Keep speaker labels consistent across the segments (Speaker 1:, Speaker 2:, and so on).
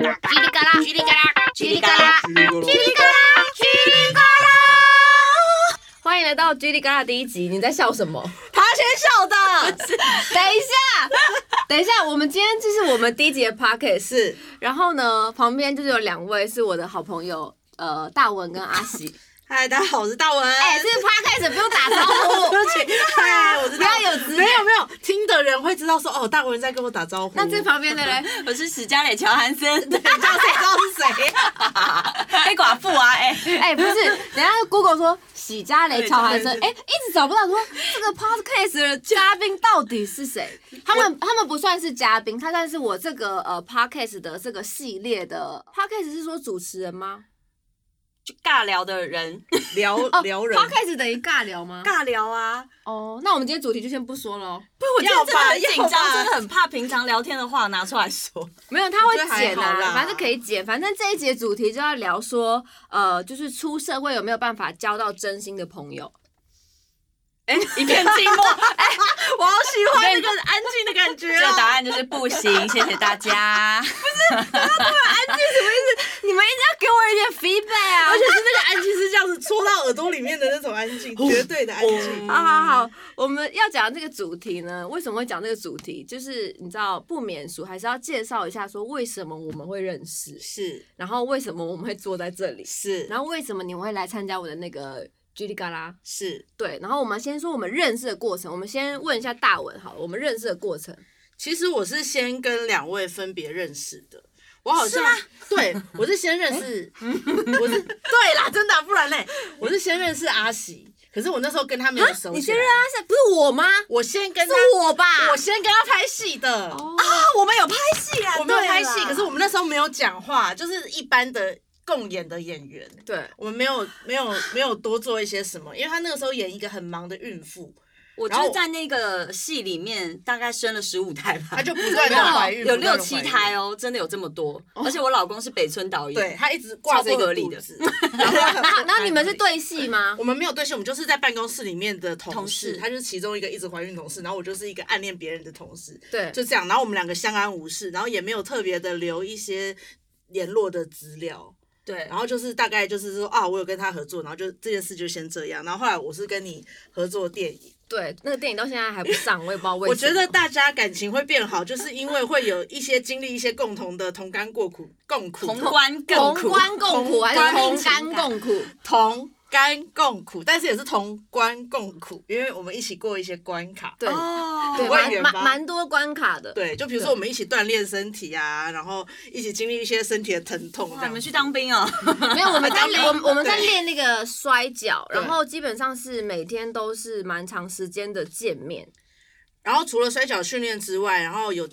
Speaker 1: 叽里嘎啦，叽里嘎啦，
Speaker 2: 叽
Speaker 1: 叽里嘎啦，叽里嘎啦。
Speaker 3: 欢迎来到《叽里嘎啦》第一集，你在笑什么？
Speaker 2: 他先笑的，
Speaker 3: 等一下，等一下，我们今天这是我们第一集的 pocket 是，然后呢，旁边就是有两位是我的好朋友，呃，大文跟阿喜。
Speaker 2: 嗨，大家好，我是大文。
Speaker 3: 哎、这个 pocket 不用打招呼，
Speaker 2: 对不起，嗨，我是
Speaker 3: 不
Speaker 2: 大
Speaker 3: 要
Speaker 2: 文。
Speaker 3: 有资
Speaker 2: 没有没有，听的人会知道说哦，大文在跟我打招呼。
Speaker 3: 那这旁边的 嘞，
Speaker 4: 我是史嘉蕾·乔韩森，
Speaker 2: 你知道谁知道是谁？
Speaker 4: 黑寡妇啊，哎、
Speaker 3: 哎、不是，等一下 Google 说喜家雷乔韩森，
Speaker 4: 对
Speaker 3: 哎、一直找不到说这个 podcast 的嘉宾到底是谁？他们他们不算是嘉宾，他算是我这个呃 podcast 的这个系列的 podcast 是说主持人吗？
Speaker 4: 就尬聊的人，
Speaker 2: 聊
Speaker 3: 哦
Speaker 2: 聊人
Speaker 3: podcast 等于尬聊吗？
Speaker 4: 尬聊啊。
Speaker 3: 哦，那我们今天主题就先不说喽。
Speaker 4: 不，我今天真的很紧
Speaker 2: 要吧
Speaker 4: 张，啊真的很怕平常聊天的话拿出来说。
Speaker 3: 没有，他会
Speaker 2: 我觉得还
Speaker 3: 剪
Speaker 2: 好啦
Speaker 3: 啊，反正可以剪。反正这一节主题就要聊说，呃，就是出社会有没有办法交到真心的朋友？
Speaker 4: 哎、一片寂寞，
Speaker 2: 我好喜欢这个安静的感觉
Speaker 4: 这个答
Speaker 2: 哦。
Speaker 4: 案就是 不行。谢谢大家。
Speaker 3: 你们一定要给我一点 feedback 啊！
Speaker 2: 而且是那个安静是这样子戳到耳朵里面的那种安 静，绝对的安静。
Speaker 4: 哦
Speaker 3: 好好好，我们要讲这个主题呢，为什么会讲这个主题？就是你知道不免俗，还是要介绍一下说为什么我们会认识，
Speaker 2: 是
Speaker 3: 然后为什么我们会坐在这里，
Speaker 2: 是
Speaker 3: 然后为什么你们会来参加我的那个叽里嘎啦。
Speaker 2: 是，
Speaker 3: 对，然后我们先说我们认识的过程，我们先问一下大文好了，我们认识的过程。
Speaker 2: 其实我是先跟两位分别认识的，我好像 对我是先认
Speaker 4: 哎
Speaker 2: 识，
Speaker 4: 嗯
Speaker 2: 我是对啦，真的啊、不然嘞，我是先认识阿喜，可是我那时候跟他没有熟起来，
Speaker 3: 你先认
Speaker 4: 啊
Speaker 3: 他是不是我吗？
Speaker 2: 我先跟
Speaker 3: 是
Speaker 2: 他，
Speaker 3: 我吧？
Speaker 2: 我先跟他拍戏的，
Speaker 4: 啊， 我们有拍戏啊
Speaker 2: 我没有拍戏，可是我们那时候没有讲话，就是一般的共演的演员，
Speaker 3: 对，
Speaker 2: 我们没有没有没有多做一些什么，因为他那个时候演一个很忙的孕妇，
Speaker 4: 我就是在那个戏里面大概生了十五胎吧，
Speaker 2: 他就不断的
Speaker 3: 没有
Speaker 2: 怀孕，
Speaker 4: 啊有
Speaker 2: 不断
Speaker 4: 六
Speaker 2: 地怀
Speaker 4: 七
Speaker 2: 孕
Speaker 4: 胎哦，真的有这么多。而且我老公是北村导演，
Speaker 2: 对，他一直挂
Speaker 4: 超
Speaker 2: 这
Speaker 4: 级
Speaker 2: 个
Speaker 4: 合理
Speaker 2: 肚
Speaker 4: 的
Speaker 2: 子，然后
Speaker 3: 那那你们是对戏吗？
Speaker 2: 我们没有对戏，我们就是在办公室里面的同事，
Speaker 4: 同事
Speaker 2: 他就是其中一个一直怀孕同事，然后我就是一个暗恋别人的同事，
Speaker 3: 对，
Speaker 2: 就这样，然后我们两个相安无事，然后也没有特别的留一些联络的资料，
Speaker 4: 对
Speaker 2: 然后就是大概就是说啊，我有跟他合作，然后就这件事就先这样，然后后来我是跟你合作电影，
Speaker 3: 对，那个电影到现在还不上，我也不知道为
Speaker 2: 我
Speaker 3: 什么。
Speaker 2: 觉得大家感情会变好，就是因为会有一些经历一些共同的同甘过苦，共苦
Speaker 4: 宏观更
Speaker 3: 同
Speaker 4: 苦，
Speaker 3: 甘共苦还是同
Speaker 2: 同甘
Speaker 3: 甘共苦？
Speaker 2: 同甘共苦，但是也是同甘共苦，因为我们一起过一些关卡。
Speaker 3: 对
Speaker 4: 哦
Speaker 3: 对，
Speaker 2: 不会
Speaker 3: 蛮
Speaker 2: 远
Speaker 3: 蛮
Speaker 2: 吧
Speaker 3: 蛮多关卡的。
Speaker 2: 对，就比如说我们一起锻炼身体啊，然后一起经历一些身体的疼痛这
Speaker 4: 哇你
Speaker 2: 样
Speaker 4: 们。去当兵哦？
Speaker 3: 没有我们在
Speaker 2: 当兵
Speaker 3: 我们我们
Speaker 2: 对
Speaker 3: 在练那个摔跤，
Speaker 2: 对
Speaker 3: 然后基本上是每天都是蛮长时间的见面。
Speaker 2: 然后除了摔跤训练之外，然后有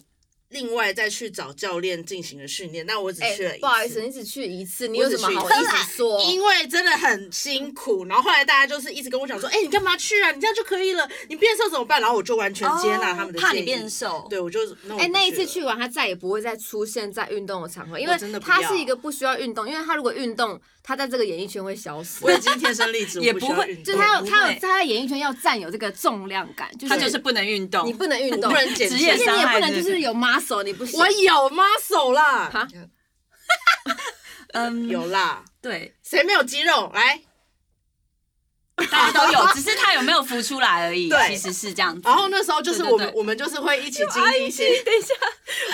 Speaker 2: 另外再去找教练进行了训练。那我只
Speaker 3: 哎
Speaker 2: 去了一次，
Speaker 3: 不好意思，你只去一次，你
Speaker 2: 我
Speaker 3: 有
Speaker 2: 只
Speaker 3: 什么
Speaker 2: 去一
Speaker 3: 好
Speaker 2: 次
Speaker 3: 意思说？
Speaker 2: 因为真的很辛苦。然后后来大家就是一直跟我讲说，哎、你干嘛去啊？你这样就可以了，你变瘦怎么办？然后我就完全接纳他们
Speaker 3: 哦
Speaker 2: 的
Speaker 4: 怕
Speaker 2: 建
Speaker 4: 你
Speaker 2: 议。
Speaker 4: 变瘦，
Speaker 2: 对，我就那我
Speaker 3: 哎、
Speaker 2: 不
Speaker 3: 那一次
Speaker 2: 了
Speaker 3: 去完，他再也不会再出现在运动的场合，因为
Speaker 2: 真的不
Speaker 3: 他
Speaker 2: 要
Speaker 3: 是一个不需要运动，因为他如果运动，他在这个演艺圈会消失
Speaker 2: 我。已经天生丽 质，
Speaker 4: 也
Speaker 2: 我不需
Speaker 4: 不
Speaker 2: 要
Speaker 4: 会
Speaker 2: 运动
Speaker 3: 就是他有
Speaker 4: 不
Speaker 3: 他有
Speaker 4: 会
Speaker 3: 他在演艺圈要占有这个重量感，就是
Speaker 4: 他就是不能运动，
Speaker 3: 你不能运动，
Speaker 2: 我不能减
Speaker 4: 职
Speaker 2: 脂
Speaker 4: 业
Speaker 3: 而且你
Speaker 4: 伤
Speaker 3: 也不
Speaker 4: 害
Speaker 3: 能就
Speaker 4: 这
Speaker 3: 是有 muscle，你不行。
Speaker 2: 我有 muscle 啦，
Speaker 3: 哈
Speaker 4: 嗯
Speaker 2: 有啦，
Speaker 4: 对，
Speaker 2: 谁没有肌肉？来，
Speaker 4: 大家都有，只是他有没有浮出来而已
Speaker 2: 对，
Speaker 4: 其实是这样子。
Speaker 2: 然后那时候就是
Speaker 4: 对对
Speaker 2: 我们
Speaker 4: 对
Speaker 2: 我们就是会一起经历一些，
Speaker 3: 等一下，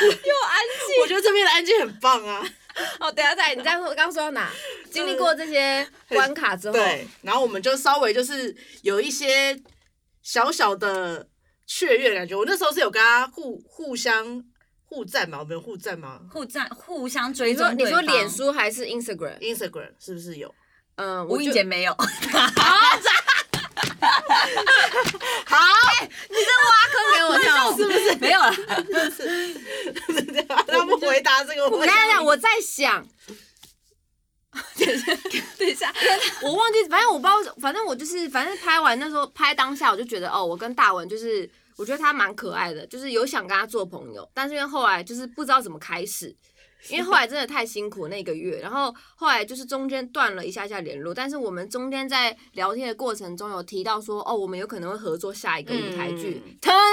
Speaker 3: 又安静。
Speaker 2: 我觉得这边的安静很棒啊，
Speaker 3: 哦，等一下再，你再说，刚刚说到 哪？经历过这些关卡之后，
Speaker 2: 对，然后我们就稍微就是有一些小小的雀跃的感觉。我那时候是有跟他互互相互赞嘛，我们有互赞吗
Speaker 4: 互赞互相追
Speaker 3: 你说
Speaker 4: 踪
Speaker 3: 你
Speaker 4: 对
Speaker 3: 说
Speaker 4: 方，
Speaker 3: 脸书还是 Instagram？
Speaker 2: ？Instagram 是不是有？
Speaker 3: 嗯，
Speaker 4: 吴
Speaker 3: 我
Speaker 4: 映
Speaker 3: 就
Speaker 4: 洁没有，
Speaker 2: 好，
Speaker 3: 坑 给我跳。
Speaker 4: 是不是 没有了？
Speaker 2: 他们回答这个
Speaker 3: 我
Speaker 2: 问
Speaker 3: 等一下，
Speaker 2: 题。
Speaker 3: 我在想，
Speaker 4: 等一下，
Speaker 3: 我忘记，反正我不知道，反正我就是，反正拍完那时候拍当下，我就觉得哦，我跟大文就是，我觉得他蛮可爱的，就是有想跟他做朋友，但是因为后来就是不知道怎么开 始，因为后来真的太辛苦那个月，然后后来就是中间断了一下下联络，但是我们中间在聊天的过程中有提到说，哦，我们有可能会合作下一个舞台剧，
Speaker 2: 嗯
Speaker 3: 他呢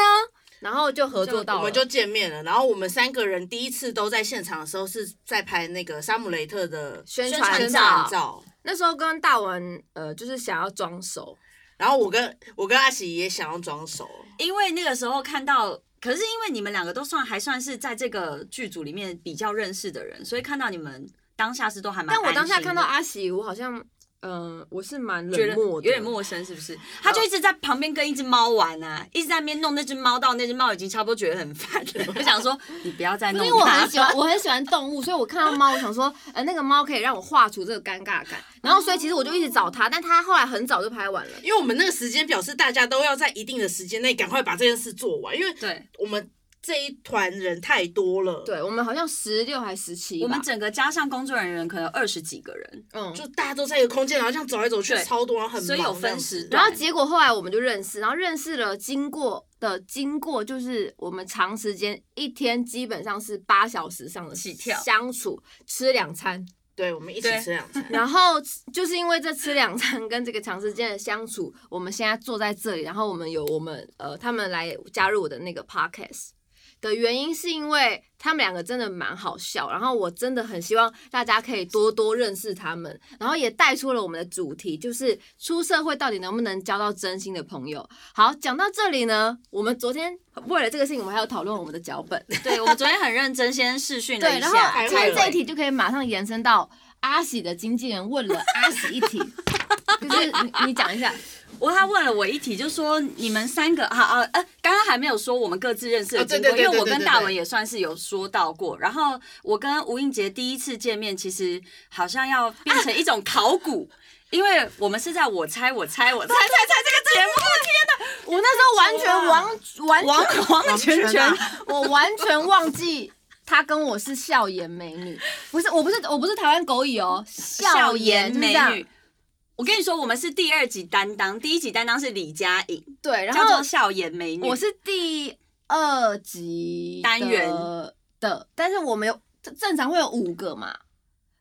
Speaker 3: 然后就合作到
Speaker 2: 我
Speaker 3: 了，
Speaker 2: 们就见面了。然后我们三个人第一次都在现场的时候是在拍那个沙姆雷特的
Speaker 3: 宣
Speaker 4: 宣
Speaker 3: 传
Speaker 4: 传
Speaker 3: 照。
Speaker 2: 照。
Speaker 3: 那时候跟大文呃，就是想要装熟，
Speaker 2: 然后我跟我跟阿喜也想要装熟，
Speaker 4: 因为那个时候看到，可是因为你们两个都算还算是在这个剧组里面比较认识的人，所以看到你们当下是都还蛮安
Speaker 3: 但
Speaker 4: 心
Speaker 3: 我
Speaker 4: 的。
Speaker 3: 当下看到阿喜，我好像呃，我是蛮
Speaker 4: 觉得
Speaker 3: 冷漠
Speaker 4: 有
Speaker 3: 的，
Speaker 4: 点陌生，是不是？他就一直在旁边跟一只猫玩啊，一直在那边弄那只猫，到那只猫已经差不多觉得很烦了。 我想说，你不要再
Speaker 3: 因
Speaker 4: 弄
Speaker 3: 为我
Speaker 4: 它
Speaker 3: 很喜欢，我很喜欢动物，所以我看到猫，我想说，呃，那个猫可以让我画出这个尴尬感。然后，所以其实我就一直找它，但它后来很早就拍完了。
Speaker 2: 因为我们那个时间表是大家都要在一定的时间内赶快把这件事做完，因为
Speaker 4: 对，
Speaker 2: 我们这一团人太多了，，
Speaker 3: 对我们好像十六还十七，
Speaker 4: 我们整个加上工作人员可能二十几个人，
Speaker 3: 嗯，
Speaker 2: 就大家都在一个空间，然后这样走来走去，
Speaker 4: 对
Speaker 2: 超多，然后很忙
Speaker 4: 所以有分时
Speaker 2: 这
Speaker 4: 段
Speaker 2: 样
Speaker 3: 然后结果后来我们就认识，然后认识了经过的经过，就是我们长时间一天基本上是八小时上的
Speaker 4: 起跳
Speaker 3: 相处，吃两餐，
Speaker 2: 子对，我们一起
Speaker 4: 对
Speaker 2: 吃两 餐，
Speaker 3: 然后就是因为这吃两餐跟这个长时间的相处，我们现在坐在这里，然后我们有我们呃他们来加入我的那个 podcast 的原因，是因为他们两个真的蛮好笑，然后我真的很希望大家可以多多认识他们，然后也带出了我们的主题，就是出社会到底能不能交到真心的朋友。好，讲到这里呢，我们昨天为了这个事情，我们还有讨论我们的脚本。
Speaker 4: 对我们昨天很认真先试训了
Speaker 3: 对，
Speaker 4: 一
Speaker 3: 然
Speaker 4: 下，
Speaker 3: 后
Speaker 2: 开
Speaker 3: 从
Speaker 2: 会
Speaker 3: 这一题就可以马上延伸到阿喜的经纪人问了阿喜一 题，就是你你讲一下，
Speaker 4: 我他问了我一题，就说你们三个，好啊，呃，刚刚还没有说我们各自认识的
Speaker 2: 哦对
Speaker 4: 经
Speaker 2: 对
Speaker 4: 过，
Speaker 2: 对
Speaker 4: 因为我
Speaker 2: 对对
Speaker 4: 跟
Speaker 2: 对
Speaker 4: 大
Speaker 2: 对
Speaker 4: 文也算是有说到过。然后我跟吴映洁第一次见面，其实好像要变成一种考古，因为我们是在我猜我猜我猜猜猜
Speaker 3: 我那时候完全完完
Speaker 4: 这个节目，啊王王全
Speaker 3: 啊
Speaker 4: 全
Speaker 2: 王全
Speaker 3: 我完全忘记。她跟我是笑颜美女，不是，我不是，我不是台湾狗蚁哦，笑颜就是
Speaker 4: 美
Speaker 3: 这样
Speaker 4: 女。我跟你说，我们是第二集担当，第一集担当是李佳颖，
Speaker 3: 对，然
Speaker 4: 叫做
Speaker 3: 后
Speaker 4: 笑颜美女。
Speaker 3: 我是第二集的
Speaker 4: 单元
Speaker 3: 的，但是我们有正常会有五个嘛，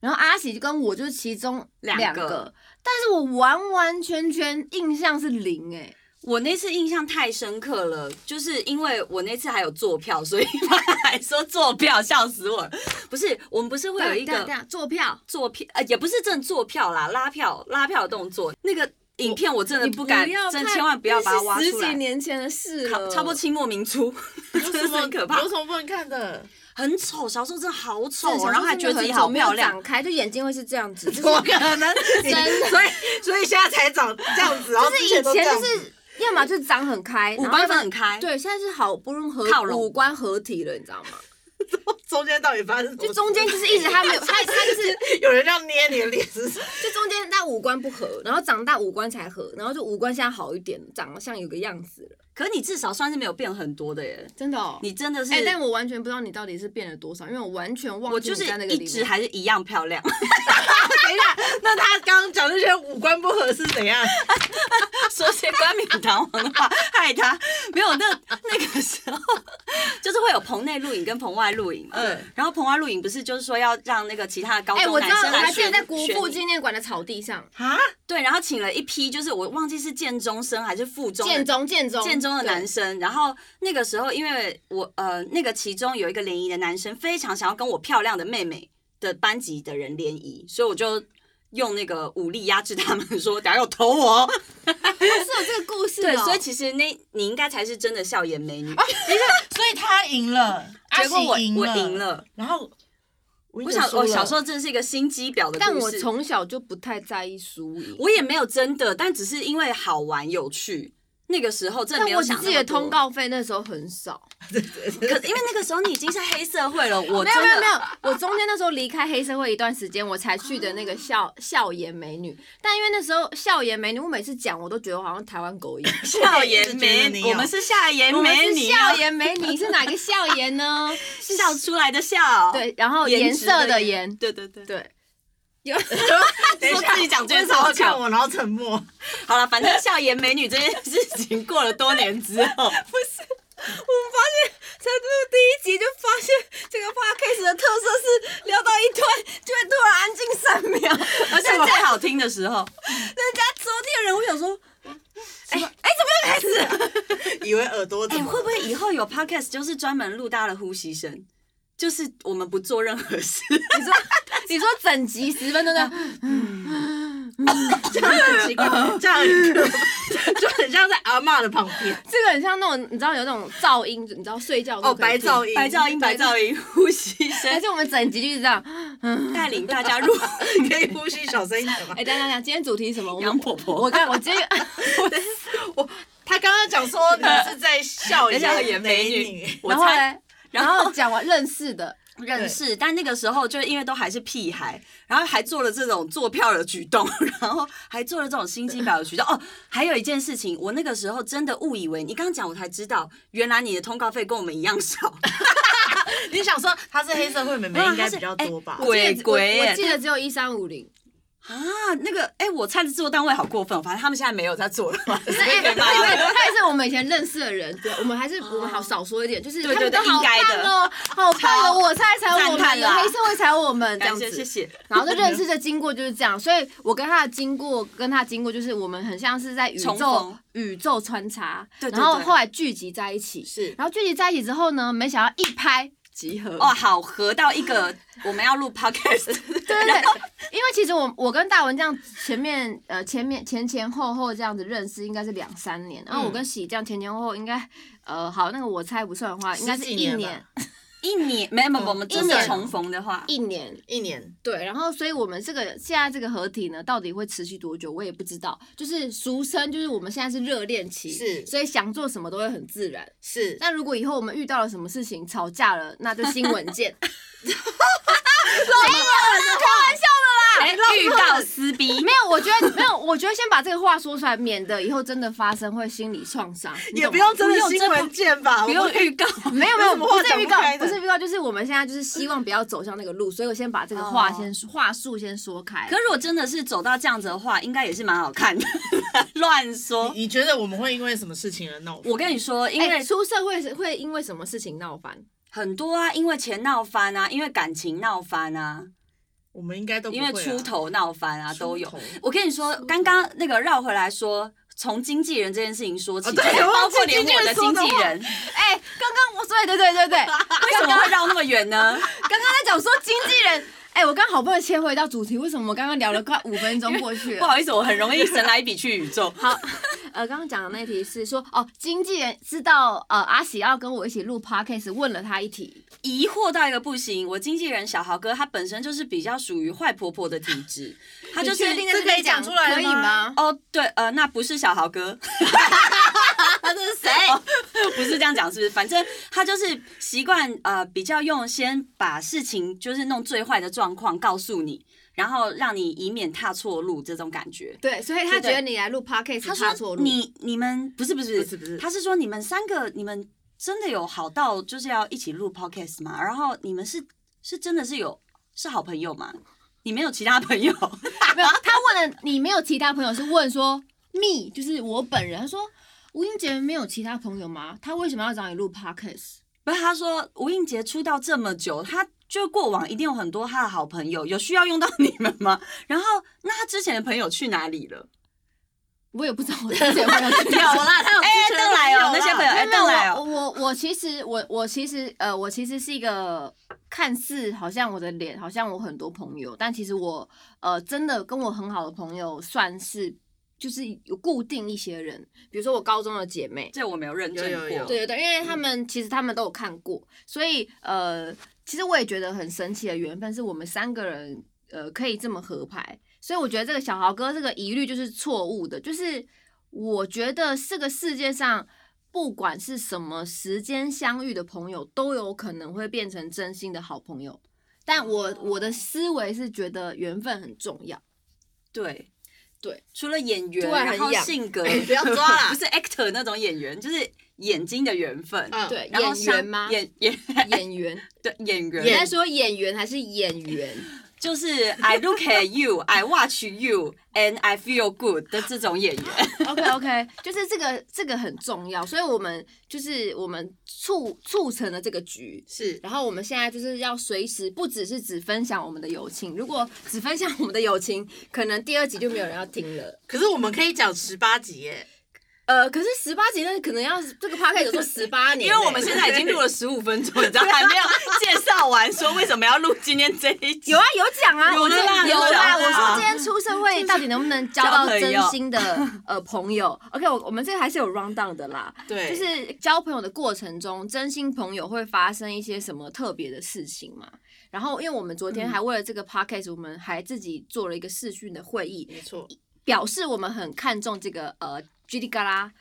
Speaker 3: 然后阿喜就跟我就是其中
Speaker 4: 两个
Speaker 3: 两但是我完完全全印象是零哎、
Speaker 4: 我那次印象太深刻了，就是因为我那次还有坐票，所以 他还说坐票，笑死我了。不是，我们不是会有一
Speaker 3: 等下等
Speaker 4: 个
Speaker 3: 下坐票，
Speaker 4: 坐票，呃，也不是真的坐票啦，拉票拉票的动作。那个影片我真的
Speaker 3: 你
Speaker 4: 不敢，
Speaker 3: 要
Speaker 4: 真
Speaker 3: 看
Speaker 4: 千万不要
Speaker 3: 那
Speaker 4: 把它挖
Speaker 3: 是
Speaker 4: 出
Speaker 3: 十几
Speaker 4: 来。
Speaker 3: 年前的事
Speaker 4: 差
Speaker 3: 了，
Speaker 4: 差不多清末民初，
Speaker 2: 有
Speaker 4: 真
Speaker 2: 什
Speaker 4: 的是
Speaker 2: 么
Speaker 4: 很可怕
Speaker 2: 有，什么不能看的？
Speaker 4: 很丑，小时候真的好
Speaker 3: 是。小
Speaker 4: 丑，
Speaker 3: 时
Speaker 4: 哦
Speaker 3: 候
Speaker 4: 然后还觉得自己好漂
Speaker 3: 真的很久没有
Speaker 4: 亮，
Speaker 3: 长开就眼睛会是 这样子，就
Speaker 2: 怎
Speaker 3: 是
Speaker 2: 么可能？
Speaker 3: 真的
Speaker 2: 所以所以现在才长这样子，然后
Speaker 3: 就
Speaker 2: 之
Speaker 3: 是以前
Speaker 2: 都这样
Speaker 3: 就
Speaker 2: 子。
Speaker 3: 是要么就是长很开，
Speaker 4: 五
Speaker 3: 然后
Speaker 4: 官
Speaker 3: 要么
Speaker 4: 分很开。
Speaker 3: 对，现在是好不容易
Speaker 4: 靠
Speaker 3: 合
Speaker 4: 拢
Speaker 3: 五官合体了，你知道吗？
Speaker 2: 中间到底发生什么事？
Speaker 3: 就中间就是一直 他没有，他他就是
Speaker 2: 有人要捏你的脸，是不是
Speaker 3: 就中间那五官不合，然后长大五官才合，然后就五官现在好一点，长得像有个样子了，
Speaker 4: 可你至少算是没有变很多的耶，
Speaker 3: 真的哦。
Speaker 4: 你真的是
Speaker 3: 哎、，但我完全不知道你到底是变了多少，因为我完全忘记
Speaker 4: 我就是
Speaker 3: 你在那个
Speaker 4: 一直
Speaker 3: 里面
Speaker 4: 还是一样漂亮。
Speaker 2: 等一下，那他刚刚讲那些五官不合是怎样？
Speaker 4: 说些冠冕堂皇的话，害他没有那那个时候，就是会有棚内录影跟棚外录影嘛。
Speaker 2: 嗯
Speaker 4: 然后棚外录影不是就是说要让那个其他的高
Speaker 3: 哎、
Speaker 4: 中
Speaker 3: 我
Speaker 4: 男
Speaker 3: 知道，
Speaker 4: 生
Speaker 3: 我还
Speaker 4: 来
Speaker 3: 记得
Speaker 4: 选
Speaker 3: 在国
Speaker 4: 选
Speaker 3: 父
Speaker 4: 你
Speaker 3: 纪念馆的草地上，
Speaker 2: 啊，
Speaker 4: 对，然后请了一批，就是我忘记是建中生还是附中的
Speaker 3: 建中建中
Speaker 4: 建中的男
Speaker 3: 生，
Speaker 4: 生，然后那个时候，因为我呃，那个其中有一个联谊的男生非常想要跟我漂亮的妹妹的班级的人联谊，所以我就用那个武力压制他们，说等下要投我哦。
Speaker 3: 对是有这个故事的、
Speaker 4: 对，
Speaker 3: 哦。
Speaker 4: 所以其实那你应该才是真的笑颜美女。
Speaker 2: 等一下，所以他赢了，
Speaker 4: 结果我
Speaker 2: 阿喜赢
Speaker 4: 我
Speaker 2: 了，
Speaker 4: 赢了。
Speaker 2: 然后我
Speaker 4: 我小我小时
Speaker 2: 候
Speaker 4: 候真的是一个心机婊的故事，
Speaker 3: 但我从小就不太在意输赢，
Speaker 4: 我也没有真的，但只是因为好玩有趣。那个时候真的
Speaker 3: 但
Speaker 4: 没有
Speaker 3: 我只
Speaker 4: 想那
Speaker 3: 记
Speaker 4: 么
Speaker 3: 得
Speaker 4: 多
Speaker 3: 通，告费那时候很少。
Speaker 4: 可是因为那个时候你已经是黑社会了，我
Speaker 3: 没有
Speaker 4: 真
Speaker 3: 没有
Speaker 4: 的
Speaker 3: 没有，我中间那时候离开黑社会一段时间，我才去的那个
Speaker 4: 哦
Speaker 3: 笑笑颜美女。但因为那时候笑颜美女，我每次讲我都觉得我好像台湾狗一样。
Speaker 4: 笑颜美女，我们是笑颜
Speaker 3: 我们
Speaker 4: 美
Speaker 3: 是
Speaker 4: 女啊，
Speaker 3: 笑颜美女是哪个笑颜呢？
Speaker 4: 笑出来的笑，
Speaker 3: 对，然后
Speaker 4: 颜
Speaker 3: 颜
Speaker 4: 值
Speaker 3: 色的
Speaker 4: 的
Speaker 3: 颜，
Speaker 4: 对对对。
Speaker 3: 对，
Speaker 2: 等一
Speaker 4: 说
Speaker 2: 下
Speaker 4: 自己讲这
Speaker 2: 为
Speaker 4: 件
Speaker 2: 什
Speaker 4: 事
Speaker 2: 么
Speaker 4: 好
Speaker 2: 要看
Speaker 4: 巧，
Speaker 2: 我，然后沉默？
Speaker 4: 好了，反正笑颜美女这件事情过了多年之 后，
Speaker 3: 才录第一集就发现这个 podcast 的特色是聊到一段就会突然安静三秒，
Speaker 4: 而且最好听的时候，
Speaker 3: 哎人家昨天人，我想说，
Speaker 2: 以为耳耳朵
Speaker 4: 哎、
Speaker 2: 怎么
Speaker 4: 会
Speaker 2: 了
Speaker 4: 不会以后有 podcast 就是专门录大家的呼吸声？就是我们不做任何事，
Speaker 3: 你说 你说整集十分钟的，
Speaker 2: 这样很奇怪，这样很可怕就很像在阿嬷的旁 边
Speaker 3: 这个很像那种你知道有那种噪音，你知道睡觉的时候
Speaker 2: 哦，白噪
Speaker 3: 音，
Speaker 2: 音，
Speaker 4: 白噪音，白噪音，呼吸
Speaker 3: 而
Speaker 4: 声，
Speaker 3: 且我们整集就是这样。
Speaker 4: 带领大家 入
Speaker 2: 音可以呼吸小声一点吗
Speaker 3: 哎、？等一下等一下，今天主题是什么？我
Speaker 4: 杨
Speaker 3: 们
Speaker 4: 婆婆。
Speaker 3: 我看我今天
Speaker 2: 他刚刚讲说你是在笑一下
Speaker 4: 等一下演
Speaker 2: 哎美
Speaker 4: 美
Speaker 2: 女
Speaker 4: 女，
Speaker 3: 然
Speaker 4: 我
Speaker 3: 后
Speaker 4: 猜
Speaker 3: 嘞，然后讲完认识的，
Speaker 4: 认识，但那个时候就因为都还是屁孩，然后还做了这种坐票的举动， 然后还做了这种心机婊的举动。哦，还有一件事情，我那个时候真的误以为你刚刚讲，我才知道，原来你的通告费跟我们一样少。 啊
Speaker 2: 你想说她是黑社会妹妹
Speaker 4: 没有
Speaker 2: 应该
Speaker 4: 她是
Speaker 2: 比较多吧
Speaker 4: 哎？鬼鬼
Speaker 3: 我
Speaker 4: 耶
Speaker 3: 我记得只有一三五 零。
Speaker 4: 啊，那个，哎、我猜的制作单位好过分，反正他们现在没有在做了 嘛，所以
Speaker 3: 哎、
Speaker 4: 可以骂
Speaker 3: 他
Speaker 4: 他
Speaker 3: 也
Speaker 4: 们
Speaker 3: 是他也是我们以前认识的人，对我们还是、我们好少说一点，就是他
Speaker 4: 对
Speaker 3: 们
Speaker 4: 对
Speaker 3: 都
Speaker 4: 对
Speaker 3: 好
Speaker 4: 应该
Speaker 3: 棒
Speaker 4: 的
Speaker 3: 哦，好棒哦，我才才我
Speaker 4: 赞
Speaker 3: 们，
Speaker 4: 叹
Speaker 3: 有
Speaker 4: 啦
Speaker 3: 黑社会才我们这样
Speaker 4: 感
Speaker 3: 子
Speaker 4: 谢，谢谢。
Speaker 3: 然后就认识的经过就是这样，所以我跟他的经过跟他的经过就是我们很像是在宇
Speaker 4: 重
Speaker 3: 宙
Speaker 4: 逢
Speaker 3: 宇宙穿插，
Speaker 4: 对对
Speaker 3: 然后
Speaker 4: 对
Speaker 3: 后来聚集在一起，
Speaker 2: 是
Speaker 3: 然后聚集在一起之后呢，没想到一拍即合，
Speaker 4: 哦，好，合到一个我们要录 podcast，
Speaker 3: 对对对，因为其实我我跟大文这样前面呃前面前前后后这样子认识应该是两三年，然后
Speaker 2: 嗯
Speaker 3: 我跟喜这样前前后后应该呃好那个我猜不算的话，应该是
Speaker 2: 十几
Speaker 3: 一
Speaker 2: 年吧
Speaker 3: 年
Speaker 4: 一年没有没有，我们真
Speaker 3: 一
Speaker 4: 的
Speaker 3: 年啊
Speaker 4: 重逢的话，
Speaker 3: 一年
Speaker 2: 一年
Speaker 3: 对，然后所以我们这个现在这个合体呢，到底会持续多久，我也不知道。就是俗称，就是我们现在是热恋期，
Speaker 2: 是
Speaker 3: 所以想做什么都会很自然。
Speaker 2: 是
Speaker 3: 但如果以后我们遇到了什么事情，吵架了，那就新闻见。
Speaker 4: 哎、预告撕逼，
Speaker 3: 没有，我觉得没有，我觉得先把这个话说出来，免得以后真的发生会心理创伤。你
Speaker 2: 也
Speaker 3: 懂
Speaker 2: 不
Speaker 3: 吗
Speaker 2: 用真的新
Speaker 4: 不用
Speaker 2: 闻见吧？
Speaker 4: 不
Speaker 2: 我
Speaker 4: 用
Speaker 2: 们
Speaker 4: 预告，
Speaker 3: 没有没
Speaker 2: 有什
Speaker 3: 有，
Speaker 2: 么
Speaker 3: 不
Speaker 2: 话
Speaker 3: 是
Speaker 2: 讲
Speaker 3: 预
Speaker 2: 不
Speaker 3: 告
Speaker 2: 开，的
Speaker 3: 不是预告，就是我们现在就是希望不要走向那个路，所以我先把这个话
Speaker 4: 哦
Speaker 3: 先说话术先说开。
Speaker 4: 可如果真的是走到这样子的话，应该也是蛮好看的。 乱说，
Speaker 2: 你觉得我们会因为什么事情而闹翻？
Speaker 4: 我跟你说，因
Speaker 3: 哎
Speaker 4: 为
Speaker 3: 出社会是会因为什么事情闹翻？
Speaker 4: 很多啊，因为钱闹翻啊，因为感情闹翻啊，
Speaker 2: 我们应该都不
Speaker 4: 因为
Speaker 2: 会啊
Speaker 4: 出头闹翻啊，都有
Speaker 2: 出头。
Speaker 4: 我跟你说，刚刚那个绕回来说，从经纪人这件事情说起，
Speaker 2: 哦对
Speaker 4: 包
Speaker 2: 忘记
Speaker 4: 括连我的经
Speaker 2: 经纪
Speaker 4: 纪 人，
Speaker 3: 哎、刚刚我所以对对对对，
Speaker 4: 为什么会绕那么 远呢？
Speaker 3: 刚刚在讲说经纪人，哎、我刚好不容易切回到主题，为什么我刚刚聊了快五分钟过去
Speaker 4: 不
Speaker 3: 了？
Speaker 4: 好意思，我很容易神来一笔去宇宙。
Speaker 3: 好，呃，刚刚讲的那题是说，哦，经纪人知道呃阿喜要跟我一起录 podcast，问了他一题，
Speaker 4: 疑惑到一个不行。我经纪人小豪哥他本身就是比较属于坏婆婆的体质，他就是
Speaker 3: 确定在
Speaker 2: 这可以
Speaker 3: 边讲
Speaker 2: 讲出来
Speaker 3: 可以
Speaker 2: 吗
Speaker 3: 吗？
Speaker 4: 哦，对，呃，那不是小豪哥，
Speaker 3: 他这是谁？
Speaker 4: 不是这样讲，是不是？反正他就是习惯呃，比较用先把事情就是弄最坏的状况告诉你，然后让你以免踏错路这种感觉。
Speaker 3: 对，所以他觉得你来录 podcast，
Speaker 4: 他
Speaker 3: 踏错
Speaker 4: 说
Speaker 3: 路。
Speaker 4: 你你们不是不是
Speaker 2: 不是不是
Speaker 4: 他是说你们三个你们真的有好到就是要一起录 podcast 吗？然后你们是是真的是有是好朋友吗？你没有其他朋友？
Speaker 3: 没有，他问了你没有其他朋友，是问说 me 就是我本人，他说吴英杰没有其他朋友吗？他为什么要找你录 podcast？
Speaker 4: 不是，他说吴映洁出道这么久，他就过往一定有很多他的好朋友，有需要用到你们吗？然后那他之前的朋友去哪里 了？
Speaker 3: 我也不知道我之前朋友 去
Speaker 2: 有
Speaker 3: 哪里
Speaker 2: 啦，他有
Speaker 4: 哎
Speaker 2: 之前
Speaker 4: 邓来
Speaker 2: 有
Speaker 4: 哦
Speaker 2: 啦
Speaker 4: 那些朋友哎
Speaker 3: 没有
Speaker 4: 邓来哦
Speaker 3: 我我我其实我我其实呃，我其实是一个看似好像我的脸，好像我很多朋友，但其实我呃真的跟我很好的朋友算是就是有固定一些人，比如说我高中的姐妹，
Speaker 4: 这我没有认证
Speaker 2: 有
Speaker 4: 过。
Speaker 2: 有有
Speaker 3: 对对对，因为他们、其实他们都有看过，所以呃，其实我也觉得很神奇的缘分是我们三个人呃可以这么合拍，所以我觉得这个小豪哥这个疑虑就是错误的，就是我觉得这个世界上。不管是什么时间相遇的朋友，都有可能会变成真心的好朋友。但我我的思维是觉得缘分很重要。
Speaker 4: 对
Speaker 3: 对，
Speaker 4: 除了演员，
Speaker 3: 突然很
Speaker 4: 然后
Speaker 3: 痒哎
Speaker 4: 性格，
Speaker 2: 不要抓啦
Speaker 4: 不是 actor 那种演员，就是眼睛的缘分。
Speaker 2: 嗯
Speaker 3: 对，
Speaker 4: 然后
Speaker 3: 演
Speaker 4: 像
Speaker 3: 员吗？
Speaker 4: 演演
Speaker 3: 演员，
Speaker 4: 对演员，
Speaker 3: 你在说演员还是演员？
Speaker 4: 就是 I look at you, I watch you, and I feel good 的这种演员。
Speaker 3: OK OK，就是 这个这个很重要，所以我们就是我们促促成了这个局。
Speaker 2: 是
Speaker 3: 然后我们现在就是要随时，不只是只分享我们的友情。如果只分享我们的友情，可能第二集就没有人要听了。
Speaker 2: 可是我们可以讲十八集耶，
Speaker 3: 呃，可是十八集那可能要这个 p o d c a s 做十八年
Speaker 4: 因
Speaker 3: 欸，
Speaker 4: 为我们现在已经录了十五分钟，你知 道还没有介绍完，说为什么要录今天这一集。
Speaker 3: 有啊有讲啊，
Speaker 4: 有
Speaker 3: 我
Speaker 4: 的
Speaker 3: 这
Speaker 4: 啦
Speaker 3: 有
Speaker 4: 有的啦
Speaker 3: 啦。我说今天出社会到底能不能交到真心的呃朋友？OK，我我们这个还是有 round down 的啦。
Speaker 2: 对，
Speaker 3: 就是交朋友的过程中，真心朋友会发生一些什么特别的事情嘛？然后，因为我们昨天
Speaker 4: 嗯
Speaker 3: 还为了这个 podcast，我们还自己做了一个视讯的会议，
Speaker 2: 没 错，
Speaker 3: 表示我们很看重这个呃叽里嘎啦。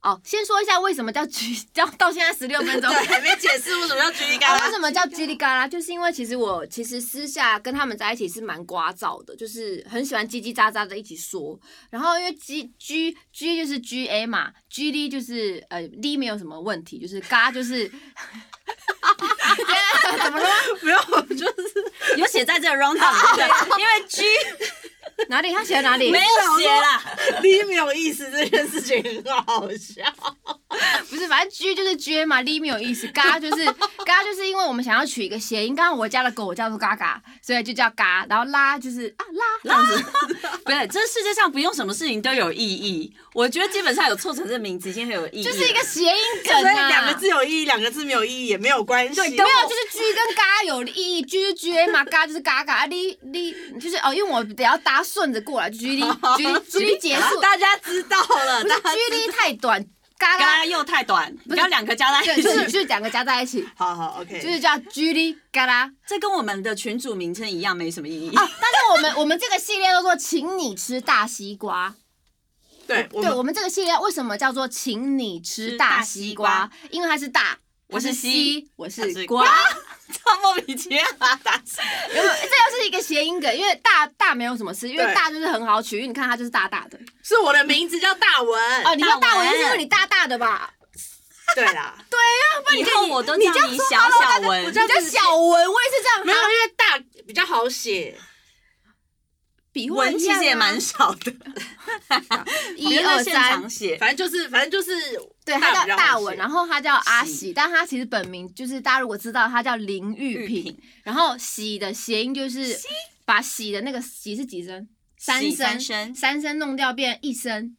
Speaker 3: 哦，先说一下为什么叫叽，到到现在十六分钟，
Speaker 4: 对，还没解释为什么要举 例
Speaker 3: 啊
Speaker 4: 干，
Speaker 3: 为什么叫叽里嘎啦？就是因为其实我其实私下跟他们在一起是蛮聒噪的，就是很喜欢叽叽喳喳的一起说。然后因为 G G G 就是 G A 嘛，G D 就是呃 D 没有什么问题，就是嘎就是 怎么了吗？
Speaker 4: 没有，我就是有写在这个 round down，对， 因为 G
Speaker 3: 哪里？他写在哪里？
Speaker 4: 没有写啦，
Speaker 2: 你没有意思这件事情很好笑，
Speaker 3: 不是，反正 G 就是 G 嘛，L 没有意思，嘎就是嘎，就是因为我们想要取一个谐音。刚刚我家的狗叫做嘎嘎，所以就叫嘎。然后拉就是啊拉，这样子
Speaker 4: 不是，这世界上不用什么事情都有意义。我觉得基本上有凑成这名字已经很有意义了，
Speaker 3: 就是一个谐音梗
Speaker 2: 所以
Speaker 3: 啊。
Speaker 2: 两个字有意义，两个字没有意义也没有关系。
Speaker 3: 没有，就是 G 跟嘎有意义，G 就是 G A 嘛，嘎就是嘎嘎，啊哩哩就是哦，因为我得要搭顺着过来，G 哩 G 哩 G 哩结 束，
Speaker 4: 大家知道了，
Speaker 3: 不是
Speaker 4: 大
Speaker 3: G 哩太短，
Speaker 4: 刚
Speaker 3: 嘎嘎
Speaker 4: 刚又太短，
Speaker 3: 是
Speaker 4: 不要两个加在
Speaker 3: 对，
Speaker 4: 一
Speaker 3: 就
Speaker 4: 起。
Speaker 3: 是就是两个加在一起，
Speaker 2: 好好，OK，
Speaker 3: 就是叫 G 哩嘎啦。啊
Speaker 4: 这跟我们的群主名称一样，没什么意义。
Speaker 3: 但是我们我们这个系列叫做请你吃大西瓜，
Speaker 2: 对，我
Speaker 3: 对
Speaker 2: 们
Speaker 3: 我们这个系列为什么叫做请你吃
Speaker 4: 吃
Speaker 3: 大
Speaker 4: 大
Speaker 3: 西
Speaker 4: 西
Speaker 3: 瓜
Speaker 4: 瓜？
Speaker 3: 因为它是大，
Speaker 4: 我
Speaker 3: 它
Speaker 4: 是
Speaker 3: 西，我
Speaker 4: 它
Speaker 3: 是
Speaker 4: 是
Speaker 3: 瓜。
Speaker 4: 超莫名其妙啊，打字
Speaker 3: 有没有这又是一个谐音梗，因为大大没有什么事，因为
Speaker 2: 对
Speaker 3: 大就是很好取，因为你看它就是大大的。
Speaker 2: 是我的名字叫大文。
Speaker 3: 哦，你叫大
Speaker 4: 大
Speaker 3: 文是
Speaker 4: 文
Speaker 3: 因为你大大的吧？
Speaker 2: 对 啦，
Speaker 3: 啊
Speaker 4: 以后我都叫你小小文，
Speaker 3: 你叫小文，我也是这样。
Speaker 2: 没有，因为大比较好写，
Speaker 3: 笔画
Speaker 4: 文其啊实也蛮少的，
Speaker 3: 一二
Speaker 4: 现
Speaker 3: 三
Speaker 4: 场，写。
Speaker 2: 反正就是反正就是
Speaker 3: 对，他
Speaker 2: 比
Speaker 3: 叫
Speaker 2: 较
Speaker 3: 大
Speaker 2: 好
Speaker 3: 文，
Speaker 2: 写
Speaker 3: 然后他叫阿喜，但他其实本名就是大家如果知道，他叫林玉
Speaker 4: 玉
Speaker 3: 萍
Speaker 4: 萍，
Speaker 3: 然后喜的谐音就是把喜的那个喜是几声？
Speaker 4: 喜
Speaker 3: 声，
Speaker 4: 三声
Speaker 3: 三声弄掉变一声。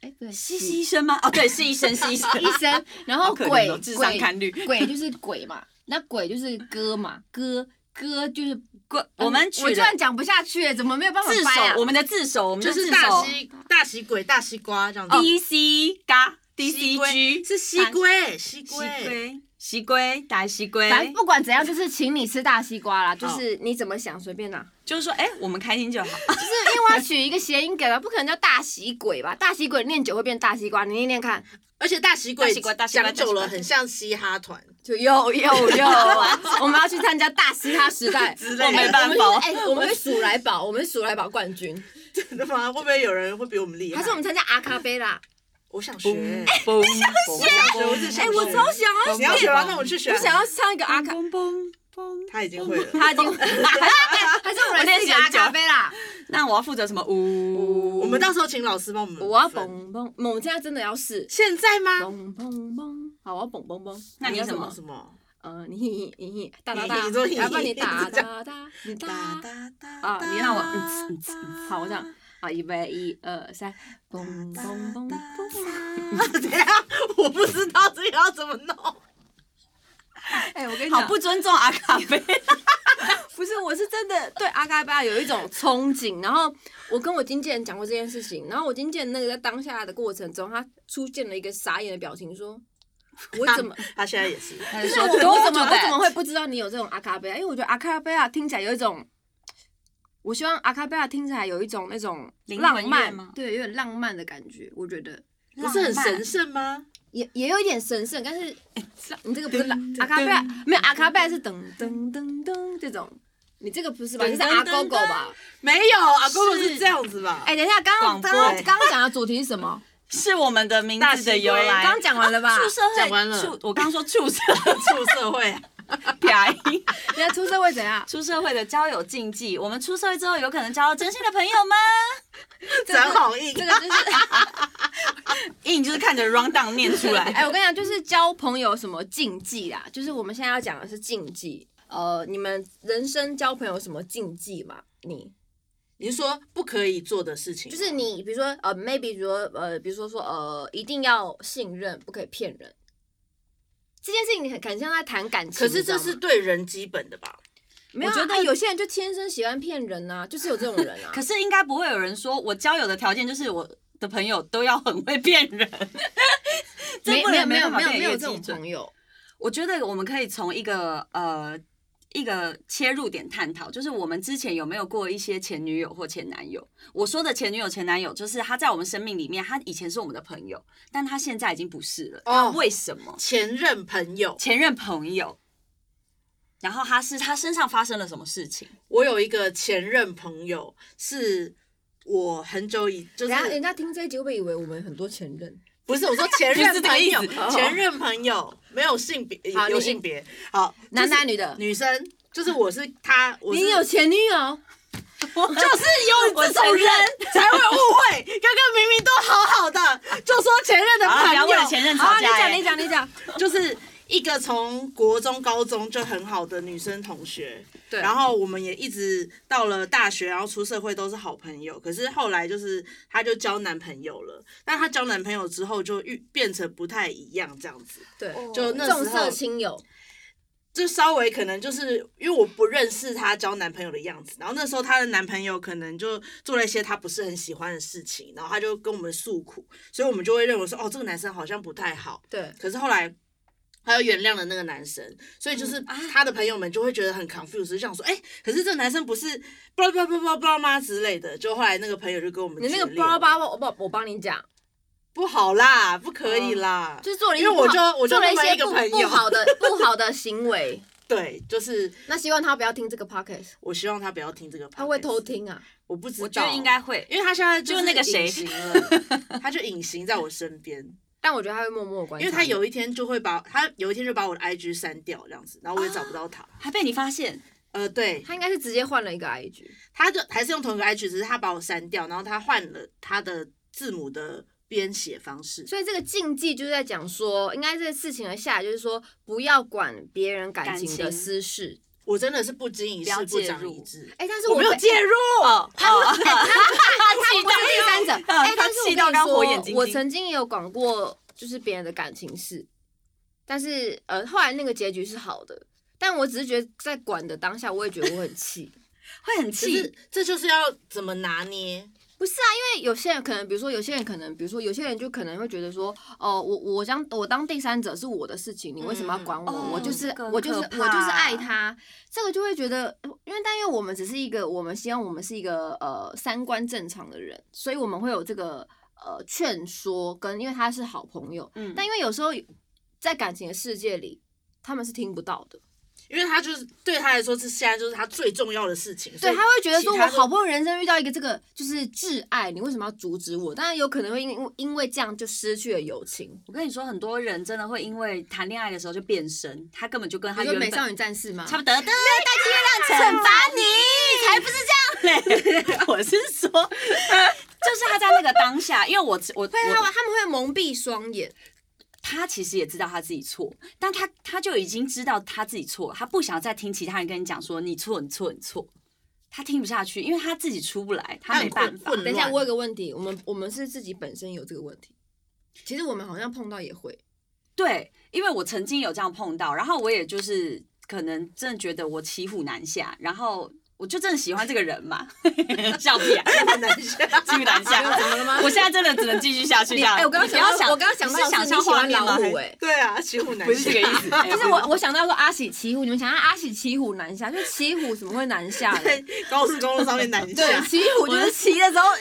Speaker 3: 哎，对，
Speaker 4: 是
Speaker 3: 喜
Speaker 4: 医生吗？哦，对，是医生，是医生。
Speaker 3: 一 声，然后
Speaker 4: 好可怜
Speaker 3: 鬼
Speaker 4: 哦智商
Speaker 3: 鬼
Speaker 4: 堪虑
Speaker 3: 鬼就是鬼嘛，那鬼就是歌嘛，歌歌就是嗯
Speaker 4: 鬼我们取
Speaker 3: 我居
Speaker 4: 了
Speaker 3: 然讲不下去，怎么没有办法
Speaker 4: 自
Speaker 3: 掰啊？
Speaker 4: 首，我们的自首，我们
Speaker 2: 就
Speaker 4: 的
Speaker 2: 是
Speaker 4: 自
Speaker 2: 大
Speaker 4: 首。
Speaker 2: 西
Speaker 3: 哦
Speaker 2: 大西鬼大西瓜这样子。
Speaker 4: D C 嘎 D
Speaker 2: 西
Speaker 4: C
Speaker 2: 龟
Speaker 4: G
Speaker 2: 是西龟，西龟。
Speaker 4: 龟西龟打西龟，
Speaker 3: 反正不管怎样，就是请你吃大西瓜啦，就是你怎么想随便啦、
Speaker 4: 就是说，哎，我们开心就好。
Speaker 3: 就是因为我要取一个谐音梗啊，不可能叫大喜鬼吧？大喜鬼念久会变大西瓜，你念念看，
Speaker 2: 而且大西鬼
Speaker 4: 大西瓜大西瓜
Speaker 2: 讲久了
Speaker 4: 大西瓜
Speaker 2: 很像嘻哈团，
Speaker 3: 就又又 又，我们要去参加大嘻哈时 代，
Speaker 2: 之类的
Speaker 3: 我们
Speaker 4: 没办法
Speaker 3: 哎、我们是数来宝，我们是数来宝冠军，
Speaker 2: 真的吗？会不会有人会比我们厉害？
Speaker 3: 还是我们参加阿卡贝拉？
Speaker 2: 我想学，
Speaker 4: 嘣
Speaker 2: 哎
Speaker 4: 嘣
Speaker 2: 我想学，我只想
Speaker 3: 哎、
Speaker 2: 学。
Speaker 3: 我超想要
Speaker 2: 你要学吗？那我去学。
Speaker 3: 我想要唱一个阿卡，
Speaker 4: 嘣嘣嘣。
Speaker 2: 他已经会了。
Speaker 3: 他已经，还是我们来试一个阿卡贝拉？
Speaker 4: 那我要负责什么？呜，
Speaker 2: 我们到时候请老师帮我们分。
Speaker 3: 我要蹦蹦，我们现在真的要试
Speaker 2: 现在吗？
Speaker 3: 蹦蹦蹦，好，我要蹦蹦蹦。
Speaker 4: 那你
Speaker 3: 要
Speaker 4: 什么
Speaker 2: 什么？
Speaker 3: 呃，你你你哒哒
Speaker 2: 你
Speaker 3: 哒，
Speaker 2: 你做你
Speaker 3: 要不然你
Speaker 2: 你你
Speaker 3: 哒
Speaker 2: 这
Speaker 3: 哒哒，你哒
Speaker 2: 哒
Speaker 3: 哒。
Speaker 2: 哒哒
Speaker 3: 啊你让我嗯呲
Speaker 4: 嗯呲嗯
Speaker 3: 好，我这样啊，预备，一二三，嘣嘣嘣嘣。
Speaker 2: 等一下，我不知道这个要怎么弄。
Speaker 3: 哎，我跟你
Speaker 4: 好
Speaker 3: 讲，
Speaker 4: 不尊重阿卡贝拉。
Speaker 3: 不是，我是真的对阿卡贝拉有一种憧憬。然后我跟我经纪人讲过这件事情，然后我经纪人那个在当下的过程中，他出现了一个傻眼的表情，说：“我怎么？”
Speaker 2: 他现在也是，
Speaker 4: 他
Speaker 3: 就
Speaker 4: 就是说
Speaker 3: 我我
Speaker 4: 多
Speaker 3: 怎么我怎么
Speaker 4: 么
Speaker 3: 会不知道你有这种阿卡贝拉？因为我觉得阿卡贝拉听起来有一种，我希望阿卡贝拉听起来有一种那种
Speaker 4: 灵
Speaker 3: 浪
Speaker 4: 魂乐
Speaker 3: 漫
Speaker 4: 吗，
Speaker 3: 对，有点浪漫的感觉。我觉得
Speaker 2: 不是很神圣吗？
Speaker 3: 也也有一点神圣，但是你哎这个不是浪阿卡贝拉，没有阿卡贝拉是噔噔噔噔这种。你这个不是吧？
Speaker 4: 噔
Speaker 3: 你是阿
Speaker 4: 噔
Speaker 3: 狗
Speaker 4: 噔
Speaker 3: 狗吧？
Speaker 2: 没有，阿公公
Speaker 4: 是
Speaker 2: 是这样子吧？
Speaker 3: 哎，等一下，刚
Speaker 4: 广
Speaker 3: 刚
Speaker 4: 播哎
Speaker 3: 刚刚刚刚讲的主题是什 么？
Speaker 4: 是我们的名字的由来。
Speaker 3: 刚讲完了吧？
Speaker 4: 啊畜社会，
Speaker 2: 讲完了
Speaker 4: 畜我刚刚说畜社
Speaker 2: 出社会 啊，
Speaker 4: 会，
Speaker 3: 人家出社会怎样？
Speaker 4: 出社会的交友禁忌。我们出社会之后，有可能交到真心的朋友吗？
Speaker 3: 这个
Speaker 2: 真好硬
Speaker 3: 这。个就是
Speaker 4: 硬就是看着 round down 念出来。
Speaker 3: 哎、我跟你讲，就是交朋友有什么禁忌啦，就是我们现在要讲的是禁忌。呃，你们人生交朋友有什么禁忌吗？你
Speaker 2: 你是说不可以做的事情吗，
Speaker 3: 就是你比如说呃，maybe 比如说呃，比如说说呃，一定要信任，不可以骗人。这件事情你很很像在谈感情，
Speaker 2: 可是
Speaker 3: 你知道
Speaker 2: 这
Speaker 3: 吗
Speaker 2: 是对人基本的吧？
Speaker 3: 没有啊、
Speaker 4: 我觉得
Speaker 3: 啊有些人就天生喜欢骗人呐、就是有这种人 啊。
Speaker 4: 可是应该不会有人说我交友的条件就是我的朋友都要很会骗人， 这
Speaker 3: 没
Speaker 4: 不
Speaker 3: 没
Speaker 4: 能
Speaker 3: 有没有
Speaker 4: 办法
Speaker 3: 没有
Speaker 4: 变
Speaker 3: 没
Speaker 4: 一
Speaker 3: 有
Speaker 4: 个
Speaker 3: 这种
Speaker 4: 基准
Speaker 3: 朋友，
Speaker 4: 我觉得我们可以从一个呃一个切入点探讨，就是我们之前有没有过一些前女友或前男友？我说的前女友、前男友，就是他在我们生命里面，他以前是我们的朋友，但他现在已经不是了。
Speaker 2: 哦
Speaker 4: 为什么？
Speaker 2: 前任朋友，
Speaker 4: 前任朋友，然后他是他身上发生了什么事情？
Speaker 2: 我有一个前任朋友，是我很久以就
Speaker 3: 人
Speaker 2: 是
Speaker 3: 家人家听这一集哎会不会以为我们很多前任？
Speaker 2: 不是我说前
Speaker 4: 不
Speaker 2: 任
Speaker 4: 是这个
Speaker 2: 朋
Speaker 4: 意
Speaker 2: 友
Speaker 4: 思，哦
Speaker 2: 前任朋友没有性别，
Speaker 3: 好
Speaker 2: 有
Speaker 3: 你
Speaker 2: 性别，好，
Speaker 3: 男男女的，
Speaker 2: 女生就是我是他，我是
Speaker 3: 你有前女友？
Speaker 2: 就是有这种人 才会误会，刚刚明明都好好的，就说前任的
Speaker 4: 啊，
Speaker 2: 朋
Speaker 4: 不要为了
Speaker 2: 友，
Speaker 4: 前任
Speaker 3: 好、
Speaker 4: 吵
Speaker 3: 你
Speaker 4: 架、
Speaker 3: 讲
Speaker 4: 欸
Speaker 3: 你。讲你讲。
Speaker 2: 就是一个从国中、高中就很好的女生同学，
Speaker 3: 对
Speaker 2: 然后我们也一直到了大学，然后出社会都是好朋友。可是后来就是她就交男朋友了，但她交男朋友之后就遇变成不太一样这样子，
Speaker 3: 对，
Speaker 2: 就那
Speaker 3: 哦重
Speaker 2: 时
Speaker 3: 色
Speaker 2: 候
Speaker 3: 轻友，
Speaker 2: 就稍微可能就是因为我不认识她交男朋友的样子，然后那时候她的男朋友可能就做了一些她不是很喜欢的事情，然后她就跟我们诉苦，所以我们就会认为说哦这个男生好像不太好，
Speaker 3: 对，
Speaker 2: 可是后来。她又原谅了那个男生，所以
Speaker 3: 嗯
Speaker 2: 就是
Speaker 3: 啊
Speaker 2: 她的朋友们就会觉得很 confused，就想说，哎、可是这个男生不是巴拉巴拉巴拉巴拉吗之类的。就后来那个朋友就跟我们
Speaker 3: 你那个
Speaker 2: 决裂
Speaker 3: 包
Speaker 2: 了
Speaker 3: 包，我我我帮你讲，
Speaker 2: 不好啦，不可以啦，
Speaker 3: 就是做了一
Speaker 2: 因为我
Speaker 3: 不好
Speaker 2: 就我就
Speaker 3: 做了一
Speaker 2: 那么
Speaker 3: 些
Speaker 2: 一个
Speaker 3: 不
Speaker 2: 朋
Speaker 3: 不
Speaker 2: 友
Speaker 3: 好的不好的行为，
Speaker 2: 对，就是
Speaker 3: 那希望他不要听这个 podcast，
Speaker 2: 我希望他不要听这个，
Speaker 3: 他会偷，听啊。
Speaker 2: 我不知道，
Speaker 4: 我觉得应该会，
Speaker 2: 因为他现在
Speaker 4: 就那个谁
Speaker 2: 隐形 了，他就隐形在我身边，
Speaker 3: 但我觉得他会默默观察
Speaker 2: 因为
Speaker 3: 你，
Speaker 2: 他有一天就会把他有一天就把我的 IG 删掉这样子，然后我也找不到他。
Speaker 4: 还被你发现，
Speaker 2: 呃，对，
Speaker 3: 他应该是直接换了一个 IG，
Speaker 2: 他就还是用同一个 IG，只是他把我删掉，然后他换了他的字母的编写方式。
Speaker 3: 所以这个禁忌就是在讲说，应该这个事情的下来就是说，不要管别人感情的
Speaker 4: 感情
Speaker 3: 私事。
Speaker 2: 我真的是不经一
Speaker 4: 不要
Speaker 2: 事不
Speaker 4: 介
Speaker 2: 长
Speaker 4: 入
Speaker 2: 一智，
Speaker 3: 哎、但是
Speaker 2: 我
Speaker 3: 我
Speaker 2: 没有
Speaker 3: 被
Speaker 2: 介入。
Speaker 4: 哦 哦，
Speaker 3: 他他不是第三者，
Speaker 4: 嗯
Speaker 3: 哎、但是
Speaker 4: 他
Speaker 3: 我
Speaker 4: 气
Speaker 3: 跟
Speaker 4: 到
Speaker 3: 你
Speaker 4: 刚火
Speaker 3: 说
Speaker 4: 眼金睛
Speaker 3: 我曾经也有管过，就是别人的感情事，但是呃，后来那个结局是好的，但我只是觉得在管的当下，我也觉得我很气。
Speaker 4: 会很
Speaker 2: 可是
Speaker 4: 气，
Speaker 2: 这就是要怎么拿捏？
Speaker 3: 不是啊，因为有些人可能，比如说有些人可能，比如说有些人就可能会觉得说，哦、我我当我当第三者是我的事情，你为什么要管我？
Speaker 4: 嗯
Speaker 3: 我就是
Speaker 4: 哦这个
Speaker 3: 我就是我
Speaker 4: 很
Speaker 3: 就
Speaker 4: 可
Speaker 3: 是
Speaker 4: 怕
Speaker 3: 爱他，这个就会觉得，因为但因为我们只是一个，我们希望我们是一个呃三观正常的人，所以我们会有这个呃劝说跟，因为他是好朋友，
Speaker 4: 嗯
Speaker 3: 但因为有时候在感情的世界里，他们是听不到的，
Speaker 2: 因为他就是对他来说，这现在就是他最重要的事情。所
Speaker 3: 对，
Speaker 2: 以
Speaker 3: 他会觉得
Speaker 2: 其
Speaker 3: 说，我
Speaker 2: 他都
Speaker 3: 好不容易人生遇到一个这个就是挚爱，你为什么要阻止我？当然有可能会因为因为这样就失去了友情。
Speaker 4: 我跟你说，很多人真的会因为谈恋爱的时候就变身，他根本就跟他
Speaker 3: 你说
Speaker 4: 原
Speaker 3: 美
Speaker 4: 本
Speaker 3: 少女战士吗？
Speaker 4: 差不多的，代替月亮惩罚你，才不是这样嘞！ 我是说，就是他在那个当下，因为我我
Speaker 3: 会，他
Speaker 4: 我
Speaker 3: 们他们会蒙蔽双眼，
Speaker 4: 他其实也知道他自己错，但他他就已经知道他自己错，他不想再听其他人跟你讲说你错你错你错，他听不下去，因为他自己出不来，
Speaker 2: 他
Speaker 4: 他
Speaker 2: 很
Speaker 4: 没
Speaker 2: 困
Speaker 4: 办法
Speaker 2: 混。
Speaker 3: 啊等一下，
Speaker 2: 乱
Speaker 3: 我有个问题，我们我们是自己本身有这个问题，其实我们好像碰到也会，
Speaker 4: 对，因为我曾经有这样碰到，然后我也就是可能真的觉得我骑虎难下，然后我就真的喜欢这个人嘛， 笑屁啊，
Speaker 2: 很难下。
Speaker 4: 骑虎难
Speaker 3: 啊
Speaker 4: 下。
Speaker 3: 怎么了吗？
Speaker 4: 我现在真的只能继续下去这
Speaker 3: 你
Speaker 4: 样。
Speaker 3: 哎，我刚刚
Speaker 4: 你不要
Speaker 3: 想
Speaker 4: 想，
Speaker 3: 到，我刚刚想到
Speaker 4: 你是
Speaker 3: 的是
Speaker 4: 想
Speaker 3: 你
Speaker 4: 象
Speaker 3: 喜
Speaker 4: 画
Speaker 3: 欢
Speaker 4: 面
Speaker 3: 老
Speaker 4: 吗？
Speaker 3: 虎哎。
Speaker 2: 对啊，骑虎难下。
Speaker 4: 不是这个 意思，
Speaker 3: 就是我，我想到说阿喜骑虎，你们想到阿喜骑虎难下，就骑虎怎么会难下呢？
Speaker 2: 在高速公路上面难下。
Speaker 3: 对，骑虎就是啊骑的时候，哎、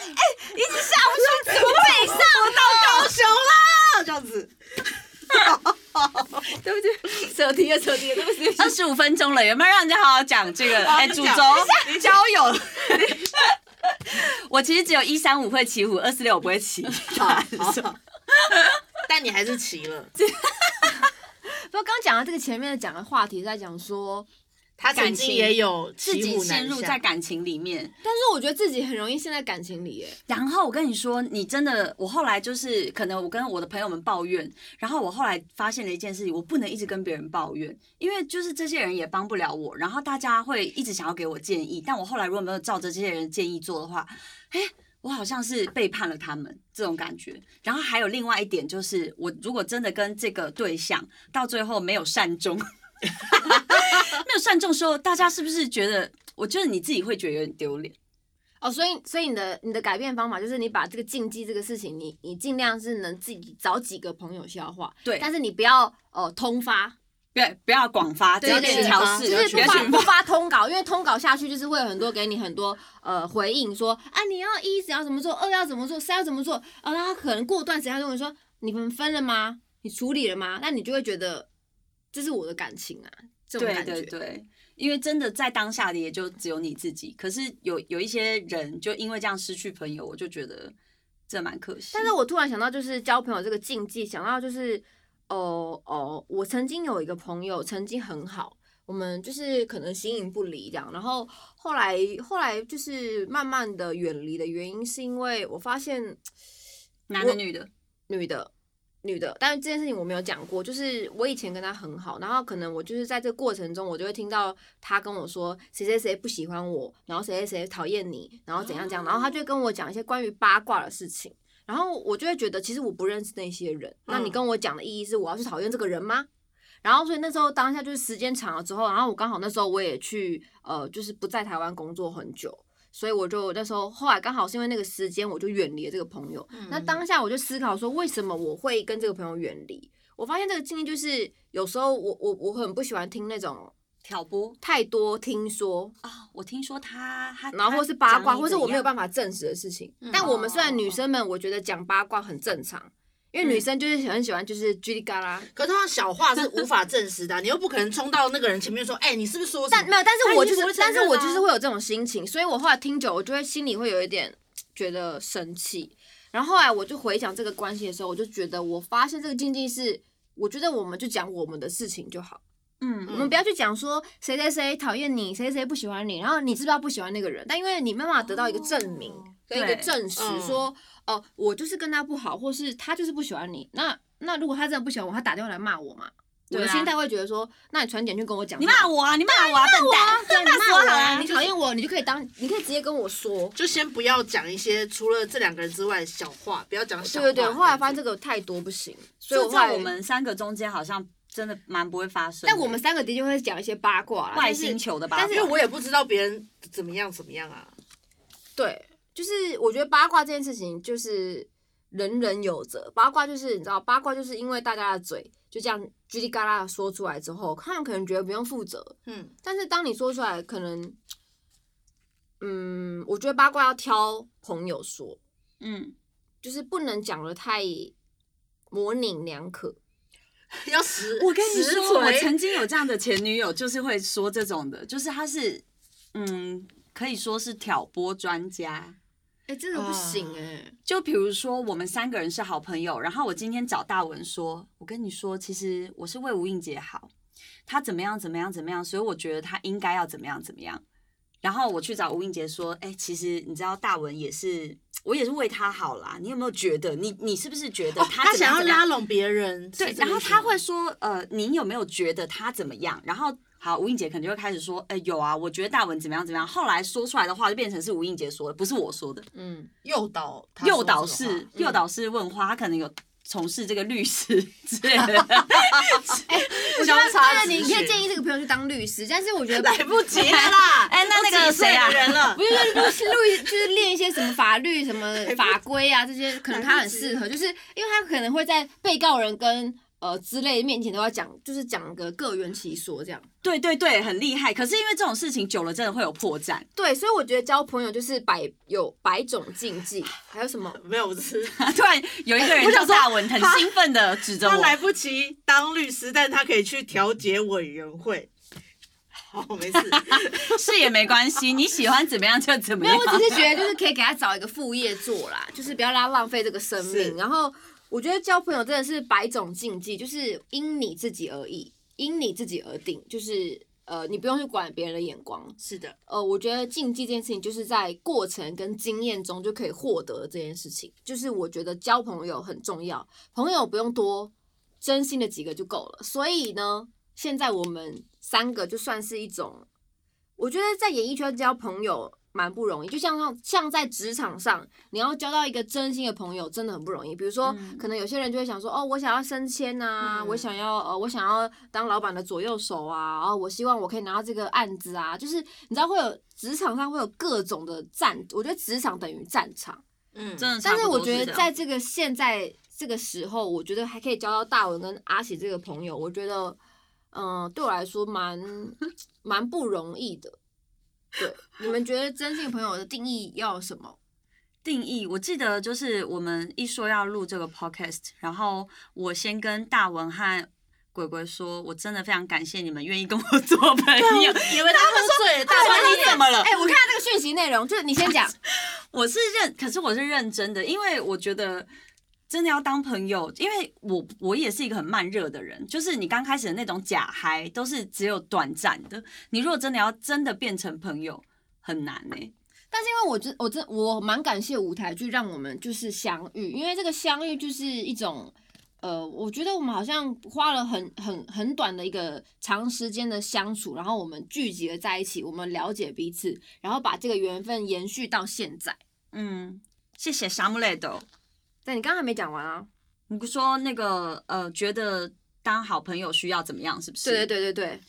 Speaker 3: 一直下不去，怎么北上
Speaker 2: 到高雄啦，啊这样子。
Speaker 3: 对不 对？扯题了，扯题了，对不起。
Speaker 4: 二十五分钟了，有没有让人家好好讲这个？哎，
Speaker 2: 不
Speaker 4: 主
Speaker 2: 讲
Speaker 4: 轴 交友。我其实只有一三五会骑虎，二四六我不会骑。
Speaker 2: 但你还是骑了，
Speaker 3: 不过刚刚讲到这个前面的讲的话题，在讲说
Speaker 2: 他曾
Speaker 4: 感
Speaker 2: 经
Speaker 4: 情
Speaker 2: 也有
Speaker 4: 自
Speaker 2: 骑
Speaker 4: 己
Speaker 2: 虎
Speaker 4: 陷
Speaker 2: 难
Speaker 4: 入
Speaker 2: 下
Speaker 4: 在感情里面。
Speaker 3: 但是我觉得自己很容易陷在感情里耶。
Speaker 4: 然后我跟你说，你真的，我后来就是可能我跟我的朋友们抱怨，然后我后来发现了一件事情，我不能一直跟别人抱怨，因为就是这些人也帮不了我，然后大家会一直想要给我建议，但我后来如果没有照着这些人建议做的话，哎，我好像是背叛了他们这种感觉。然后还有另外一点就是，我如果真的跟这个对象到最后没有善终， 没有善终的时候，大家是不是觉得？我觉得你自己会觉得有点丢脸。
Speaker 3: 哦，所以所以你的你的改变方法就是你把这个禁忌这个事情，你你尽量是能自己找几个朋友消化，
Speaker 4: 对
Speaker 3: 但是你不要呃通发，
Speaker 4: 不要不要广发，只
Speaker 3: 对
Speaker 4: 要
Speaker 3: 对
Speaker 4: 去
Speaker 3: 对
Speaker 4: 调试，
Speaker 3: 就
Speaker 4: 不
Speaker 3: 是
Speaker 4: 要
Speaker 3: 不发
Speaker 4: 群发
Speaker 3: 不发通稿，因为通稿下去就是会有很多给你很多呃回应说，啊你要一只要怎么做，二要怎么做，三要怎么做，啊那他可能过段时间他就会说你们分了吗？你处理了吗？那你就会觉得这是我的感情啊，这种
Speaker 4: 对
Speaker 3: 感觉。
Speaker 4: 对对，因为真的在当下的也就只有你自己。可是有有一些人就因为这样失去朋友，我就觉得这蛮可惜。
Speaker 3: 但是我突然想到，就是交朋友这个禁忌，想到就是，哦哦，我曾经有一个朋友，曾经很好，我们就是可能形影不离这样，然后后来后来就是慢慢的远离的原因，是因为我发现
Speaker 4: 男的女的，
Speaker 3: 女的，女的。但是这件事情我没有讲过，就是我以前跟她很好，然后可能我就是在这个过程中，我就会听到她跟我说谁谁谁不喜欢我，然后谁谁谁讨厌你，然后怎样怎样，然后她就会跟我讲一些关于八卦的事情。然后我就会觉得，其实我不认识那些人。那你
Speaker 2: 嗯
Speaker 3: 跟我讲的意义是，我要去讨厌这个人吗？然后所以那时候当下就是时间长了之后，然后我刚好那时候我也去呃，就是不在台湾工作很久，所以我就那时候后来刚好是因为那个时间，我就远离了这个朋友。那当下我就思考说，为什么我会跟这个朋友远离？我发现这个经历就是有时候我我我很不喜欢听那种
Speaker 4: 挑拨
Speaker 3: 太多听说，
Speaker 4: 啊、我听说他他，
Speaker 3: 然后或是八卦，或是我没有
Speaker 4: 法，
Speaker 3: 办法证实的事情。
Speaker 2: 嗯
Speaker 3: 但我们虽然
Speaker 4: 哦
Speaker 3: 女生们，我觉得讲八卦很正常，因为女生就是很喜欢就是叽里嘎啦，
Speaker 2: 可通常小话是无法证实的啊、你又不可能冲到那个人前面说，哎、你是不是说什
Speaker 3: 但
Speaker 2: 么？
Speaker 3: 没有，但
Speaker 2: 他
Speaker 3: 是
Speaker 2: 已
Speaker 3: 我
Speaker 2: 经
Speaker 3: 就
Speaker 2: 不
Speaker 3: 是
Speaker 2: 会，承
Speaker 3: 但是
Speaker 2: 认
Speaker 3: 我
Speaker 2: 啦
Speaker 3: 就是会有这种心情，所以我后来听久，我就会心里会有一点觉得生气。然后后来我就回想这个关系的时候，我就觉得我发现这个禁忌是，我觉得我们就讲我们的事情就好，
Speaker 4: 嗯
Speaker 3: 我
Speaker 4: 嗯
Speaker 3: 们不要去讲说谁谁谁讨厌你，谁谁谁不喜欢你，然后你知不知道不喜欢那个人？但因为你没办法得到一个证明
Speaker 4: 哦
Speaker 3: 跟一个
Speaker 4: 对
Speaker 3: 证实
Speaker 2: 嗯
Speaker 3: 说，哦、我就是跟他不好，或是他就是不喜欢你。那那如果他真的不喜欢我，他打电话来骂我嘛？我
Speaker 4: 对
Speaker 3: 的
Speaker 4: 啊
Speaker 3: 心态会觉得说，那你传简讯跟我讲
Speaker 4: 你
Speaker 3: 嘛，
Speaker 4: 骂我啊，你骂我啊，笨蛋，
Speaker 3: 对，你骂
Speaker 4: 我
Speaker 3: 我
Speaker 4: 好
Speaker 3: 啊！
Speaker 4: 了
Speaker 3: 你
Speaker 4: 就
Speaker 3: 讨厌我，你就可以当，你可以直接跟我说。
Speaker 2: 就先不要讲一些除了这两个人之外的小话，不要讲小
Speaker 3: 对
Speaker 2: 话。
Speaker 3: 对对，后来发现这个太多不行，所以
Speaker 4: 就
Speaker 3: 我后
Speaker 4: 在
Speaker 3: 来
Speaker 4: 我，们三个中间好像真的蛮不会发生的。
Speaker 3: 但我们三个的确会讲一些八卦啦，
Speaker 4: 外
Speaker 3: 但是
Speaker 4: 星球的吧，
Speaker 3: 但
Speaker 2: 因为我也不知道别人怎么样怎么样啊。
Speaker 3: 对，就是我觉得八卦这件事情就是人人有责，八卦就是你知道，八卦就是因为大家的嘴就这样叽里嘎啦地说出来之后，他们可能觉得不用负责，
Speaker 2: 嗯，
Speaker 3: 但是当你说出来，可能，嗯，我觉得八卦要挑朋友说，
Speaker 4: 嗯，
Speaker 3: 就是不能讲的太模棱两可。
Speaker 2: 嗯要实，
Speaker 4: 我跟你
Speaker 2: 实
Speaker 4: 说，我
Speaker 2: 锤
Speaker 4: 曾经有这样的前女友，就是会说这种的，就是她是嗯，可以说是挑拨专家。
Speaker 3: 哎、真的不
Speaker 2: 啊
Speaker 3: 行哎、
Speaker 4: 就比如说，我们三个人是好朋友，然后我今天找大文说，我跟你说，其实我是为吴映洁好，她怎么样怎么样怎么样，所以我觉得她应该要怎么样怎么样。然后我去找吴映洁说，哎、其实你知道大文也是，我也是为她好啦，你有没有觉得，你你是不是觉得
Speaker 2: 哦，他
Speaker 4: 怎么
Speaker 2: 想
Speaker 4: 样
Speaker 2: 要
Speaker 4: 怎么样
Speaker 2: 拉拢别人，
Speaker 4: 对
Speaker 2: 是，这个
Speaker 4: 然后
Speaker 2: 意思
Speaker 4: 他
Speaker 2: 吗
Speaker 4: 会说，呃，你有没有觉得他怎么样？然后好，吴映洁可能就会开始说，哎、有啊，我觉得大文怎么样怎么样。后来说出来的话就变成是吴映洁说的，不是我说的，
Speaker 3: 嗯，
Speaker 2: 诱导他说
Speaker 4: 诱
Speaker 2: 这
Speaker 4: 导
Speaker 2: 种
Speaker 4: 式
Speaker 2: 话，嗯
Speaker 4: 诱导式问话，他可能有。从事这个律 师之类的，
Speaker 3: 我觉
Speaker 2: 交
Speaker 3: 得
Speaker 2: 叉
Speaker 3: 当然
Speaker 2: 咨
Speaker 3: 你可以
Speaker 2: 询
Speaker 3: 建议这个朋友去当律师，但是我觉得
Speaker 2: 来不及了啦！
Speaker 4: 哎那那个
Speaker 2: 都几岁
Speaker 4: 谁啊
Speaker 2: 的人了
Speaker 3: 不，是就是律，就是练一些什么法律、什么法规啊这些，可能他很适合，就是因为他可能会在被告人跟呃之类面前都要讲，就是讲个各圆其说这样。
Speaker 4: 对对对，很厉害。可是因为这种事情久了，真的会有破绽。
Speaker 3: 对，所以我觉得交朋友就是百有百种禁忌，还有什么？
Speaker 2: 没有，我只是
Speaker 4: 突然有一个人叫大文，很兴奋的指着
Speaker 2: 他
Speaker 4: 我，
Speaker 2: 来不及当律师，但他可以去调解委员会。好，没 事。
Speaker 4: 是也没关系，你喜欢怎么样就怎么
Speaker 3: 没
Speaker 4: 样。
Speaker 3: 有，我只是觉得就是可以给他找一个副业做啦，就是不要让他浪费这个生
Speaker 2: 是
Speaker 3: 命。然后我觉得交朋友真的是百种禁忌，就是因你自己而异，因你自己而定，就是呃，你不用去管别人的眼光。
Speaker 2: 是的，
Speaker 3: 呃，我觉得竞技这件事情，就是在过程跟经验中就可以获得这件事情。就是我觉得交朋友很重要，朋友不用多，真心的几个就够了。所以呢，现在我们三个就算是一种，我觉得在演艺圈交朋友蛮不容易，就像像像在职场上，你要交到一个真心的朋友，真的很不容易。比如说，可能有些人就会想说，哦，我想要升迁啊，
Speaker 2: 嗯
Speaker 3: 我想要呃，我想要当老板的左右手啊，然后我希望我可以拿到这个案子啊，就是你知道会有职场上会有各种的战，我觉得职场等于战场。
Speaker 2: 嗯，
Speaker 4: 真的差
Speaker 3: 但
Speaker 4: 不多这样。
Speaker 3: 是我觉得在这个现在这个时候，我觉得还可以交到大文跟阿喜这个朋友，我觉得，嗯、对我来 说蛮蛮不容易的。对，你们觉得真性朋友的定义要有什 么？
Speaker 4: 定义，我记得就是我们一说要录这个 podcast，然后我先跟大文和鬼鬼说，我真的非常感谢你们愿意跟我做朋友。
Speaker 2: 以为他喝醉了，大
Speaker 4: 大
Speaker 2: 半
Speaker 4: 文，
Speaker 2: 夜
Speaker 4: 你怎么了？
Speaker 3: 哎、我看到这个讯息内容，就是你先讲，
Speaker 4: 我是认，可是我是认真的，因为我觉得真的要当朋友，因为我我也是一个很慢热的人，就是你刚开始的那种假嗨都是只有短暂的，你如果真的要真的变成朋友，很难欸呢、
Speaker 3: 但是因为我真我真我蛮感谢舞台剧让我们就是相遇，因为这个相遇就是一种，呃，我觉得我们好像花了很很很短的一个长时间的相处，然后我们聚集了在一起，我们了解彼此，然后把这个缘分延续到现在。
Speaker 4: 嗯，谢谢沙姆雷斗。
Speaker 3: 但你刚刚还没讲完啊？
Speaker 4: 你说那个呃，觉得当好朋友需要怎么样？是不是？
Speaker 3: 对对。对对对，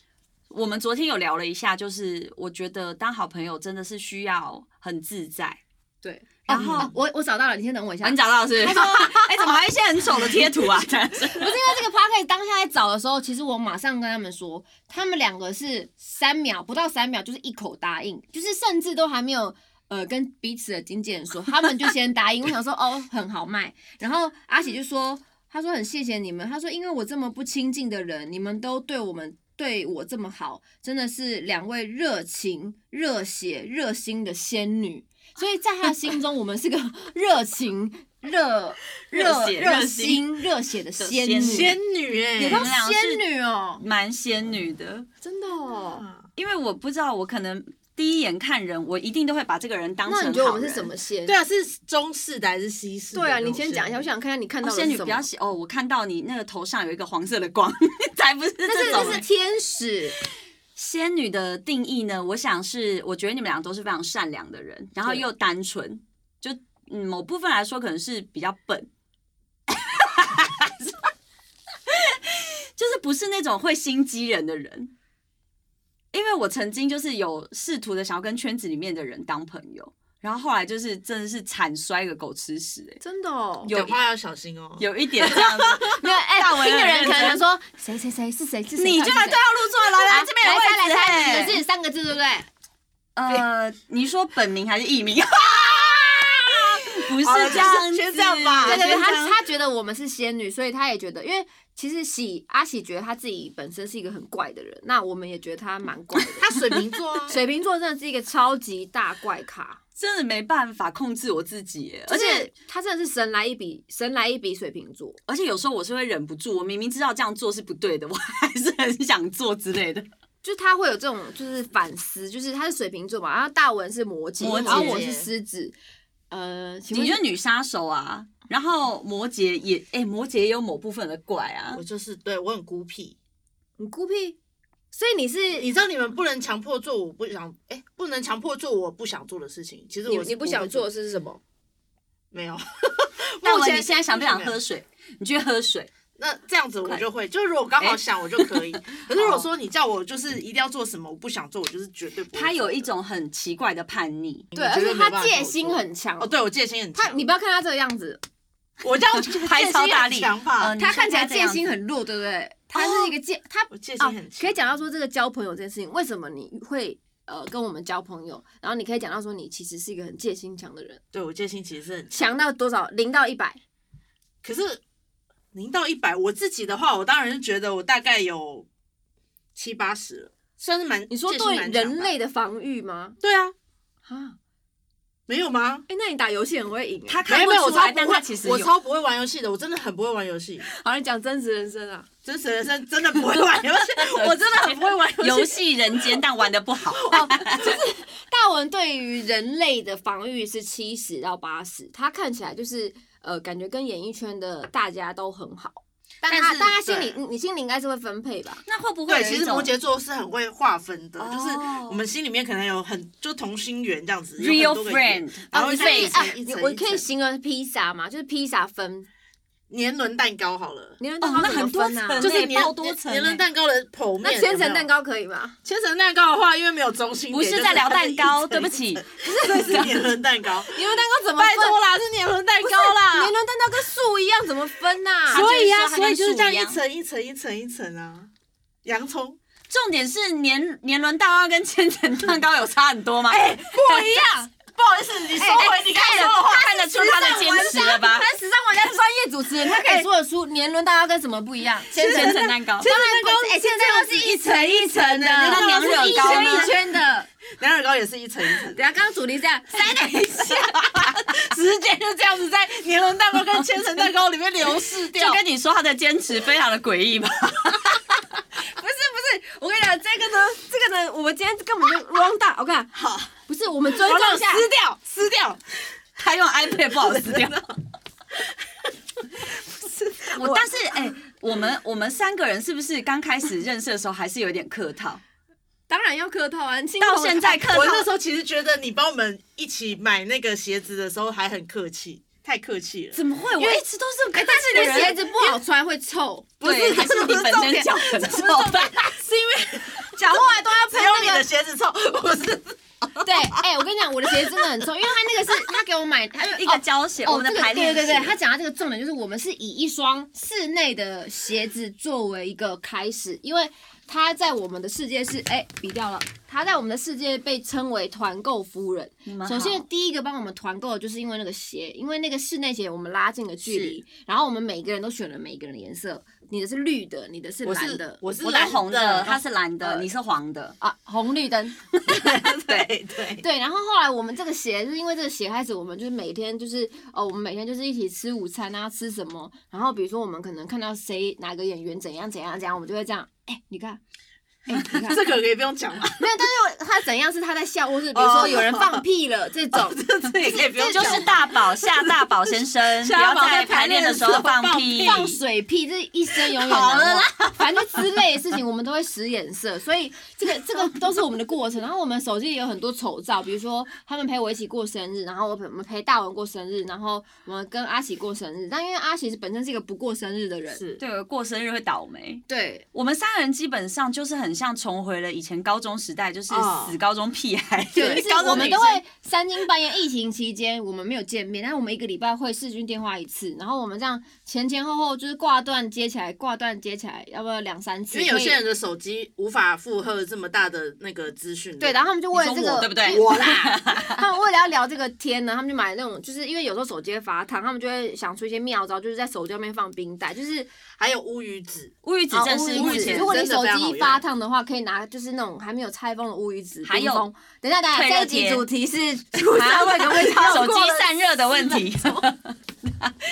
Speaker 4: 我们昨天有聊了一下，就是我觉得当好朋友真的是需要很自在。
Speaker 3: 对。
Speaker 4: 然后
Speaker 3: 哦我我找到了，你先等我一下。
Speaker 4: 啊，你找到了是不是？ 哎、怎么还有一些很丑的贴图啊？
Speaker 3: 不是因为这个 p o d c a s 当下在找的时候，其实我马上跟他们说，他们两个是三秒不到三秒，就是一口答应，就是甚至都还没有。呃，跟彼此的经纪人说，他们就先答应。我想说，哦，很好卖。然后阿喜就说，他说很谢谢你们，他说因为我这么不亲近的人，你们都对我们对我这么好，真的是两位热情、热血、热心的仙女。所以在他的心中，我们是个 热情、热
Speaker 4: 热血
Speaker 3: 热
Speaker 4: 热
Speaker 3: 心、热血的仙
Speaker 4: 仙
Speaker 3: 女。
Speaker 4: 女
Speaker 2: 仙女哎、
Speaker 3: 有
Speaker 4: 你
Speaker 3: 到
Speaker 4: 们俩是
Speaker 3: 仙女 哦，
Speaker 4: 蛮仙女的，
Speaker 3: 真的哦。
Speaker 2: 啊
Speaker 4: 因为我不知道，我可能第一眼看人，我一定都会把这个人当成
Speaker 3: 那你觉得我
Speaker 4: 好
Speaker 3: 们
Speaker 4: 人哦
Speaker 3: 是什么？仙？
Speaker 2: 对啊，是中式的还是西式的
Speaker 3: 对
Speaker 2: 那
Speaker 3: 啊，
Speaker 2: 种仙女？
Speaker 3: 你先讲一下，我想看看你看
Speaker 4: 哦
Speaker 3: 到的
Speaker 4: 仙
Speaker 3: 是
Speaker 4: 女
Speaker 3: 什
Speaker 4: 不
Speaker 3: 么
Speaker 4: 要。写哦，我看到你那个头上有一个黄色的光， 才不是
Speaker 3: 但
Speaker 4: 这
Speaker 3: 是
Speaker 4: 种、
Speaker 3: 这哎
Speaker 4: 欸
Speaker 3: 是天使，
Speaker 4: 仙女的定义呢，我想是，我觉得你们俩都是非常善良的人，然后
Speaker 3: 对
Speaker 4: 又单纯，就嗯某部分来说可能是比较笨， 就是不是那种会心机人的人。因为我曾经就是有试图的想要跟圈子里面的人当朋友，然后后来就是真的是惨摔个狗吃屎、欸，
Speaker 3: 真的哦。
Speaker 4: 有
Speaker 2: 讲话要小心哦。
Speaker 4: 有一点这 样子，
Speaker 3: 没有哎
Speaker 4: 大，文
Speaker 3: 听的
Speaker 4: 很
Speaker 3: 人
Speaker 4: 认
Speaker 3: 可能
Speaker 4: 真
Speaker 3: 想说谁谁谁是谁是谁？
Speaker 4: 你就来
Speaker 3: 来啊
Speaker 4: 对号入座，来来这边有位
Speaker 3: 来
Speaker 4: 置、
Speaker 3: 来
Speaker 4: 欸
Speaker 3: 来，你的字三个字对不对？
Speaker 4: 呃，你说本名还是艺 名？不是
Speaker 2: 好了
Speaker 4: 这样
Speaker 2: 就
Speaker 4: 子，
Speaker 2: 是先这样吧
Speaker 3: 对对对，
Speaker 4: 先这
Speaker 3: 他
Speaker 4: 样
Speaker 3: 他觉得我们是仙女，所以他也觉得，因为其实喜阿喜觉得他自己本身是一个很怪的人，那我们也觉得他蛮怪 的。
Speaker 2: 他水瓶座 啊，
Speaker 3: 水瓶座真的是一个超级大怪咖，
Speaker 4: 真的没办法控制我自己耶，而
Speaker 3: 就是
Speaker 4: 且
Speaker 3: 他真的是神来一笔，神来一笔水瓶座。
Speaker 4: 而且有时候我是会忍不住，我明明知道这样做是不对的，我还是很想做之类的。
Speaker 3: 就他会有这种就是反思，就是他是水瓶座嘛，然后大文是摩羯，
Speaker 4: 摩羯
Speaker 3: 然后我是狮子，呃，请
Speaker 4: 你
Speaker 3: 问
Speaker 4: 就是女杀手啊，然后摩羯也，哎、摩羯也有某部分的怪啊
Speaker 2: 我，就是对我很孤僻。
Speaker 3: 你孤僻，所以你是
Speaker 2: 你知道你们不能强迫做我不想，哎、不能强迫做我不想做的事情。其实
Speaker 3: 你
Speaker 2: 我是
Speaker 3: 你不
Speaker 2: 会
Speaker 3: 想做的是什么？
Speaker 2: 没有。
Speaker 4: 那
Speaker 2: 目
Speaker 4: 我
Speaker 2: 前
Speaker 4: 你现在想不想
Speaker 2: 目前没
Speaker 4: 喝
Speaker 2: 有
Speaker 4: 水？你去喝水，
Speaker 2: 那这样子我
Speaker 4: 快
Speaker 2: 就会，就是如果刚好
Speaker 4: 哎
Speaker 2: 想我就可以。 可是如果说你叫我就是一定要做什么，我不想做，我就是绝对不会做的。
Speaker 4: 他有一种很奇怪的叛逆，
Speaker 3: 对，而
Speaker 2: 绝
Speaker 3: 且
Speaker 2: 对没办
Speaker 3: 他
Speaker 2: 法
Speaker 3: 戒心很强
Speaker 2: 哦，，对我戒心很
Speaker 3: 他
Speaker 2: 强。
Speaker 3: 你不要看他这个样子，
Speaker 2: 我这 样
Speaker 4: 拍超大力，
Speaker 2: 戒心很强吧
Speaker 4: 呃你
Speaker 3: 他
Speaker 4: 说
Speaker 3: 看起来
Speaker 4: 这样
Speaker 3: 戒心
Speaker 4: 子 哦
Speaker 3: 很弱，对不对？他是一个戒，他
Speaker 2: 我戒心
Speaker 3: 啊
Speaker 2: 很强、，
Speaker 3: 可以讲到说这个交朋友这件事情，为什么你会呃跟我们交朋友？然后你可以讲到说你其实是一个很戒心强的人，
Speaker 2: 对我戒心其实是很强，
Speaker 3: 强到多少？零到一百，
Speaker 2: 可是零到一百，我自己的话，我当然是觉得我大概有七八十了，算是蛮
Speaker 3: 你说
Speaker 2: 戒心
Speaker 3: 对
Speaker 2: 蛮强
Speaker 3: 人
Speaker 2: 吧
Speaker 3: 类的防御吗？
Speaker 2: 对啊，
Speaker 3: 啊，
Speaker 2: 没有吗？
Speaker 3: 哎、那你打游戏很会赢、欸。
Speaker 4: 他
Speaker 2: 没
Speaker 4: 看
Speaker 2: 有
Speaker 4: 不
Speaker 2: 没有，我
Speaker 4: 出
Speaker 2: 超
Speaker 4: 来，
Speaker 2: 不
Speaker 4: 但
Speaker 2: 会
Speaker 4: 他其，实
Speaker 2: 我
Speaker 4: 有
Speaker 2: 超不会玩游戏的，我真的很不会玩游戏，
Speaker 3: 好像讲真实人生啊，
Speaker 2: 真实人生真的不会玩游戏，我真的很不会玩游
Speaker 4: 游
Speaker 2: 戏。
Speaker 4: 戏人间，但玩的不 好。
Speaker 3: 大文对于人类的防御是七十到八十，他看起来就是呃，感觉跟演艺圈的大家都很好，但
Speaker 2: 但
Speaker 3: 他
Speaker 2: 是
Speaker 3: 但他心里
Speaker 2: 对
Speaker 3: 你你心里应该是会分配吧？
Speaker 4: 那会不会
Speaker 2: 对，
Speaker 4: 有一
Speaker 2: 其实
Speaker 4: 种
Speaker 2: 摩羯座是很会划分的，
Speaker 4: 哦
Speaker 2: 就是我们心里面可能有很就同心圆这样子
Speaker 4: real
Speaker 2: 有很多个圆
Speaker 4: friend？
Speaker 2: 然后
Speaker 3: 你
Speaker 2: 一
Speaker 3: 可
Speaker 2: 层
Speaker 3: 以
Speaker 2: 一
Speaker 3: 啊
Speaker 2: 层一，
Speaker 3: 你
Speaker 2: 层，
Speaker 3: 我可以
Speaker 2: 一层
Speaker 3: 形容披萨嘛，就是披萨分，
Speaker 2: 年轮蛋糕好了。
Speaker 3: 你们
Speaker 4: 哦那很多
Speaker 3: 分啊
Speaker 4: 层，
Speaker 2: 就是
Speaker 4: 对
Speaker 2: 年
Speaker 4: 爆多层
Speaker 2: 年轮
Speaker 4: 欸
Speaker 2: 蛋糕的剖面，
Speaker 3: 那千层蛋
Speaker 2: 糕，
Speaker 3: 糕可以吗？
Speaker 2: 千层蛋糕的话，因为没有中心点，
Speaker 4: 不是在聊蛋糕，对不起，
Speaker 2: 就是一层一层，这是年轮蛋糕，
Speaker 3: 你们蛋糕怎么
Speaker 2: 拜
Speaker 3: 分？
Speaker 2: 托啦，是年轮蛋糕啦，
Speaker 3: 年轮蛋糕跟树一样，怎么分啊呐、
Speaker 4: 所
Speaker 2: 所以
Speaker 4: 它
Speaker 2: 呀，
Speaker 4: 就是
Speaker 2: 所以就是这样
Speaker 4: 像
Speaker 2: 一
Speaker 4: 树
Speaker 2: 层
Speaker 4: 一样
Speaker 2: 一层一层一层啊，洋葱
Speaker 4: 重点是年年轮蛋糕跟千层蛋糕有差很多吗？哎，
Speaker 2: 不一样。哎不好意思，你收回你刚才说的话，
Speaker 4: 看得出他的坚持了吧？
Speaker 3: 他是时尚玩家专业主持人，他可以说得出年轮蛋糕跟什么不一 样。
Speaker 4: 千层蛋糕，
Speaker 2: 千层蛋糕
Speaker 3: 哎，现在都是一层一层的，
Speaker 2: 那
Speaker 4: 那娘惹糕呢
Speaker 3: 一圈一圈的。
Speaker 2: 凉耳糕也是一层一层的，
Speaker 3: 等下，刚刚主力这样塞了一下，
Speaker 2: 直接就这样子在年轮蛋糕跟千层蛋糕里面流逝掉
Speaker 4: 就。跟你说他的坚持非常的诡异吧？
Speaker 3: 不是不是，我跟你讲，这个呢，这个呢，我们今天根本就 wrong 大，我看
Speaker 4: 好，
Speaker 3: 不是，我们尊
Speaker 2: 好
Speaker 3: 重
Speaker 2: 了，
Speaker 3: 一下，
Speaker 2: 撕掉，撕掉，
Speaker 4: 他用 iPad 不好 撕掉。我但是哎、我们我们三个人是不是刚开始认识的时候还是有点客 套？
Speaker 3: 当然要客套啊，亲口
Speaker 4: 到现在客
Speaker 2: 我那时
Speaker 4: 套，
Speaker 2: 候其实觉得你帮我们一起买那个鞋子的时候还很客气，太客气了。
Speaker 4: 怎么会？我一直都
Speaker 2: 哎
Speaker 4: 是客气
Speaker 3: 这
Speaker 4: 的
Speaker 3: 个
Speaker 4: 人，
Speaker 3: 鞋子不好穿会臭，
Speaker 2: 不是
Speaker 4: 对，还是你本身 脚很臭吧？
Speaker 3: 是因为讲话都要
Speaker 2: 只
Speaker 3: 喷
Speaker 2: 有你
Speaker 3: 那
Speaker 2: 的
Speaker 3: 个
Speaker 2: 鞋子臭，不是
Speaker 3: 对，哎、我跟你讲，我的鞋真的很臭，因为他那个是他给我买，他
Speaker 4: 一个胶鞋，
Speaker 3: 哦，
Speaker 4: 我们
Speaker 3: 这
Speaker 4: 的
Speaker 3: 个
Speaker 4: 排列
Speaker 3: 对对对，
Speaker 4: 是
Speaker 3: 他讲到这个重点就是，我们是以一双室内的鞋子作为一个开始，因为他在我们的世界是哎，比掉了，他在我们的世界被称为团购夫人。
Speaker 4: 你们好
Speaker 3: 首先，第一个帮我们团购的就是因为那个鞋，因为那个室内鞋我们拉近了距离，然后我们每一个人都选了每一个人的颜色，你的是绿的，你的是
Speaker 2: 我
Speaker 3: 蓝
Speaker 2: 是
Speaker 3: 的，
Speaker 2: 我是
Speaker 4: 我的红的，他
Speaker 2: 他
Speaker 4: 是蓝的，
Speaker 3: 呃
Speaker 4: 你是黄的，
Speaker 3: 啊红绿灯。
Speaker 2: 对对，
Speaker 3: 对，然后后来我们这个鞋，就是因为这个鞋开始，我们就是每天就是哦，我们每天就是一起吃午餐啊，吃什么？然后比如说我们可能看到谁哪个演员怎样怎样怎样，我们就会这样，哎、你看，哎、你 看，
Speaker 2: 这个可以不用讲嘛，
Speaker 3: 没有，但是他怎样是他在笑，或是比如说有人放屁了这种，
Speaker 2: 这也可以不用
Speaker 3: 这
Speaker 2: 讲。
Speaker 4: 就是大宝夏大宝先生，不
Speaker 2: 夏
Speaker 4: 要
Speaker 2: 大宝
Speaker 4: 在
Speaker 2: 在
Speaker 4: 排
Speaker 2: 排
Speaker 4: 练
Speaker 2: 练
Speaker 4: 的
Speaker 2: 的
Speaker 4: 时
Speaker 2: 时
Speaker 4: 候
Speaker 2: 候
Speaker 4: 放
Speaker 2: 放
Speaker 4: 屁，
Speaker 3: 放水屁，这一生永远难
Speaker 4: 好了
Speaker 3: 忘。 反正之类的事情，我们都会使眼色，所以这个这个都是我们的过程。然后我们手机也有很多丑照，比如说他们陪我一起过生日，然后我陪我们陪大文过生日，然后我们跟阿喜过生日。但因为阿喜是本身是一个不过生日的人，
Speaker 2: 是
Speaker 4: 对，过生日会倒霉。
Speaker 3: 对，
Speaker 4: 我们三个人基本上就是很像重回了以前高中时代，就是
Speaker 2: 哦
Speaker 4: 死高中屁孩。
Speaker 3: 对，就是
Speaker 4: 高中
Speaker 3: 我们
Speaker 4: 女
Speaker 3: 都
Speaker 4: 生
Speaker 3: 会三更半夜，疫情期间我们没有见面，但是我们一个礼拜会视讯电话一次，然后我们这样前前后后就是挂断接起来，挂断接起来，要不要两三次？
Speaker 2: 因为有
Speaker 3: 可以
Speaker 2: 些人的手机无法负荷这么大的那个资讯量。
Speaker 3: 对，然后他们就为了
Speaker 4: 你
Speaker 3: 这
Speaker 4: 说
Speaker 3: 个
Speaker 4: 我对不对？
Speaker 2: 我啦，
Speaker 3: 他们为了要聊这个天呢，他们就买那种，就是因为有时候手机会发烫，他们就会想出一些妙招，就是在手机上面放冰袋，就是
Speaker 2: 还有乌鱼子，
Speaker 4: 乌鱼子
Speaker 3: 啊
Speaker 4: 正是
Speaker 3: 乌
Speaker 4: 目
Speaker 3: 鱼子
Speaker 4: 前
Speaker 3: 如果你手
Speaker 2: 真的非
Speaker 3: 机
Speaker 2: 常好
Speaker 3: 一发烫的话，可以拿就是那种还没有拆封的乌鱼子。
Speaker 4: 还有
Speaker 3: 冰封，等一下，等一
Speaker 4: 退
Speaker 3: 下，
Speaker 4: 热
Speaker 3: 这一集
Speaker 4: 贴
Speaker 3: 主题是出三位的味 道，
Speaker 4: 手机散热的问题。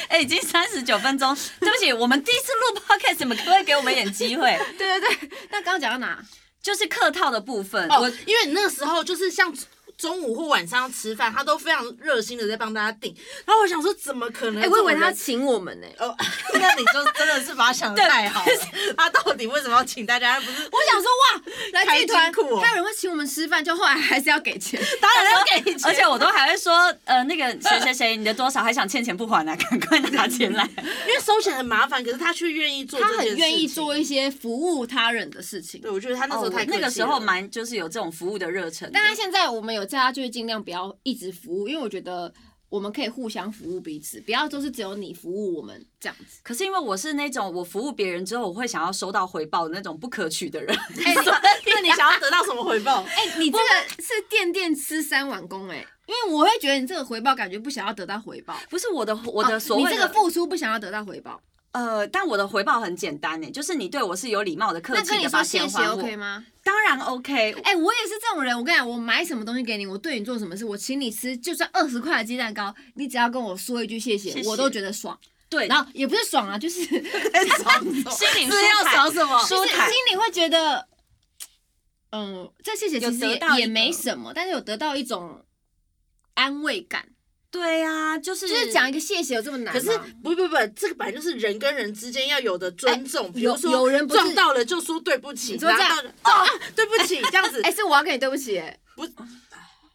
Speaker 4: 哎、已经三十九分钟， 对不起，我们第一次录 podcast，你们可不可以给我们一点机会？
Speaker 3: 对对对。那刚刚讲到哪？
Speaker 4: 就是客套的部分，
Speaker 2: 哦
Speaker 4: 我，
Speaker 2: 因为你那个时候就是像中午或晚上要吃饭，他都非常热心的在帮大家订。然后我想说，怎么可能
Speaker 3: 哎、
Speaker 2: 这
Speaker 3: 我以
Speaker 2: 种
Speaker 3: 为
Speaker 2: 人？
Speaker 3: 他请我们呢、
Speaker 2: 哦， 那你就真的是把他想的太 好了。他到底为什么要请大家？不是
Speaker 3: 我想说哇，来剧团
Speaker 2: 开金库哦
Speaker 3: 还有人会请我们吃饭，就后来还是要给钱。
Speaker 2: 当然要给你
Speaker 4: 而
Speaker 2: 钱，
Speaker 4: 且我都还会说，呃，那个谁谁谁，你的多少还想欠钱不还啊？赶快拿钱来。
Speaker 2: 因为收钱很麻烦，可是他却愿意做这
Speaker 3: 他
Speaker 2: 件事
Speaker 3: 很
Speaker 2: 情。
Speaker 3: 愿意做一些哦服务他人的事情。
Speaker 2: 对，我觉得他那时候太客气了、
Speaker 4: 哦那个 时候蛮就是有这种服务的热忱的，
Speaker 3: 但他现在我们有叫他就是尽量不要一直服务，因为我觉得我们可以互相服务彼此，不要都是只有你服务我们这样子。
Speaker 4: 可是因为我是那种我服务别人之后我会想要收到回报的那种不可取的人，
Speaker 3: 哎、你
Speaker 2: 那你想要得到什么回报？
Speaker 3: 哎、你这个是垫垫吃三碗公哎、因为我会觉得你这个回报感觉不想要得到回报，
Speaker 4: 不是我的我的
Speaker 3: 哦
Speaker 4: 所谓
Speaker 3: 你这
Speaker 4: 的
Speaker 3: 个付出不想要得到回报，
Speaker 4: 呃，但我的回报很简单欸呢、就是你对我是有礼貌的、客
Speaker 3: 那跟
Speaker 4: 气
Speaker 3: 你
Speaker 4: 的
Speaker 3: 说
Speaker 4: 把
Speaker 3: 谢
Speaker 4: 钱
Speaker 3: 谢
Speaker 4: 还我，
Speaker 3: OK 吗？
Speaker 4: 当然 OK。
Speaker 3: 哎、我也是这种人。我跟你讲，我买什么东西给你，我对你做什么事，我请你吃，就算二十块的鸡蛋糕，你只要跟我说一句谢谢，
Speaker 4: 谢谢
Speaker 3: 我都觉得爽。
Speaker 4: 对，
Speaker 3: 然后也不是爽啊，就是 就是
Speaker 1: 心灵
Speaker 4: 资料少什么？
Speaker 3: 心
Speaker 4: 舒坦
Speaker 3: 里会觉得，嗯，这谢谢其实
Speaker 4: 有得
Speaker 3: 也
Speaker 4: 到一个
Speaker 3: 也没什么，但是有得到一种安慰感。
Speaker 4: 对呀，就是
Speaker 3: 就是讲一个谢谢有这么难
Speaker 2: 可
Speaker 3: 吗？
Speaker 2: 是不不不，这个本来就是人跟人之间要有的尊重，比如
Speaker 3: 哎有
Speaker 2: 说
Speaker 3: 有人不是
Speaker 2: 撞到了就说对不起，
Speaker 3: 你说这样
Speaker 2: 拿到了哦，啊 对不起，这样子
Speaker 3: 哎、，是我要跟你对不起、哎，
Speaker 2: 不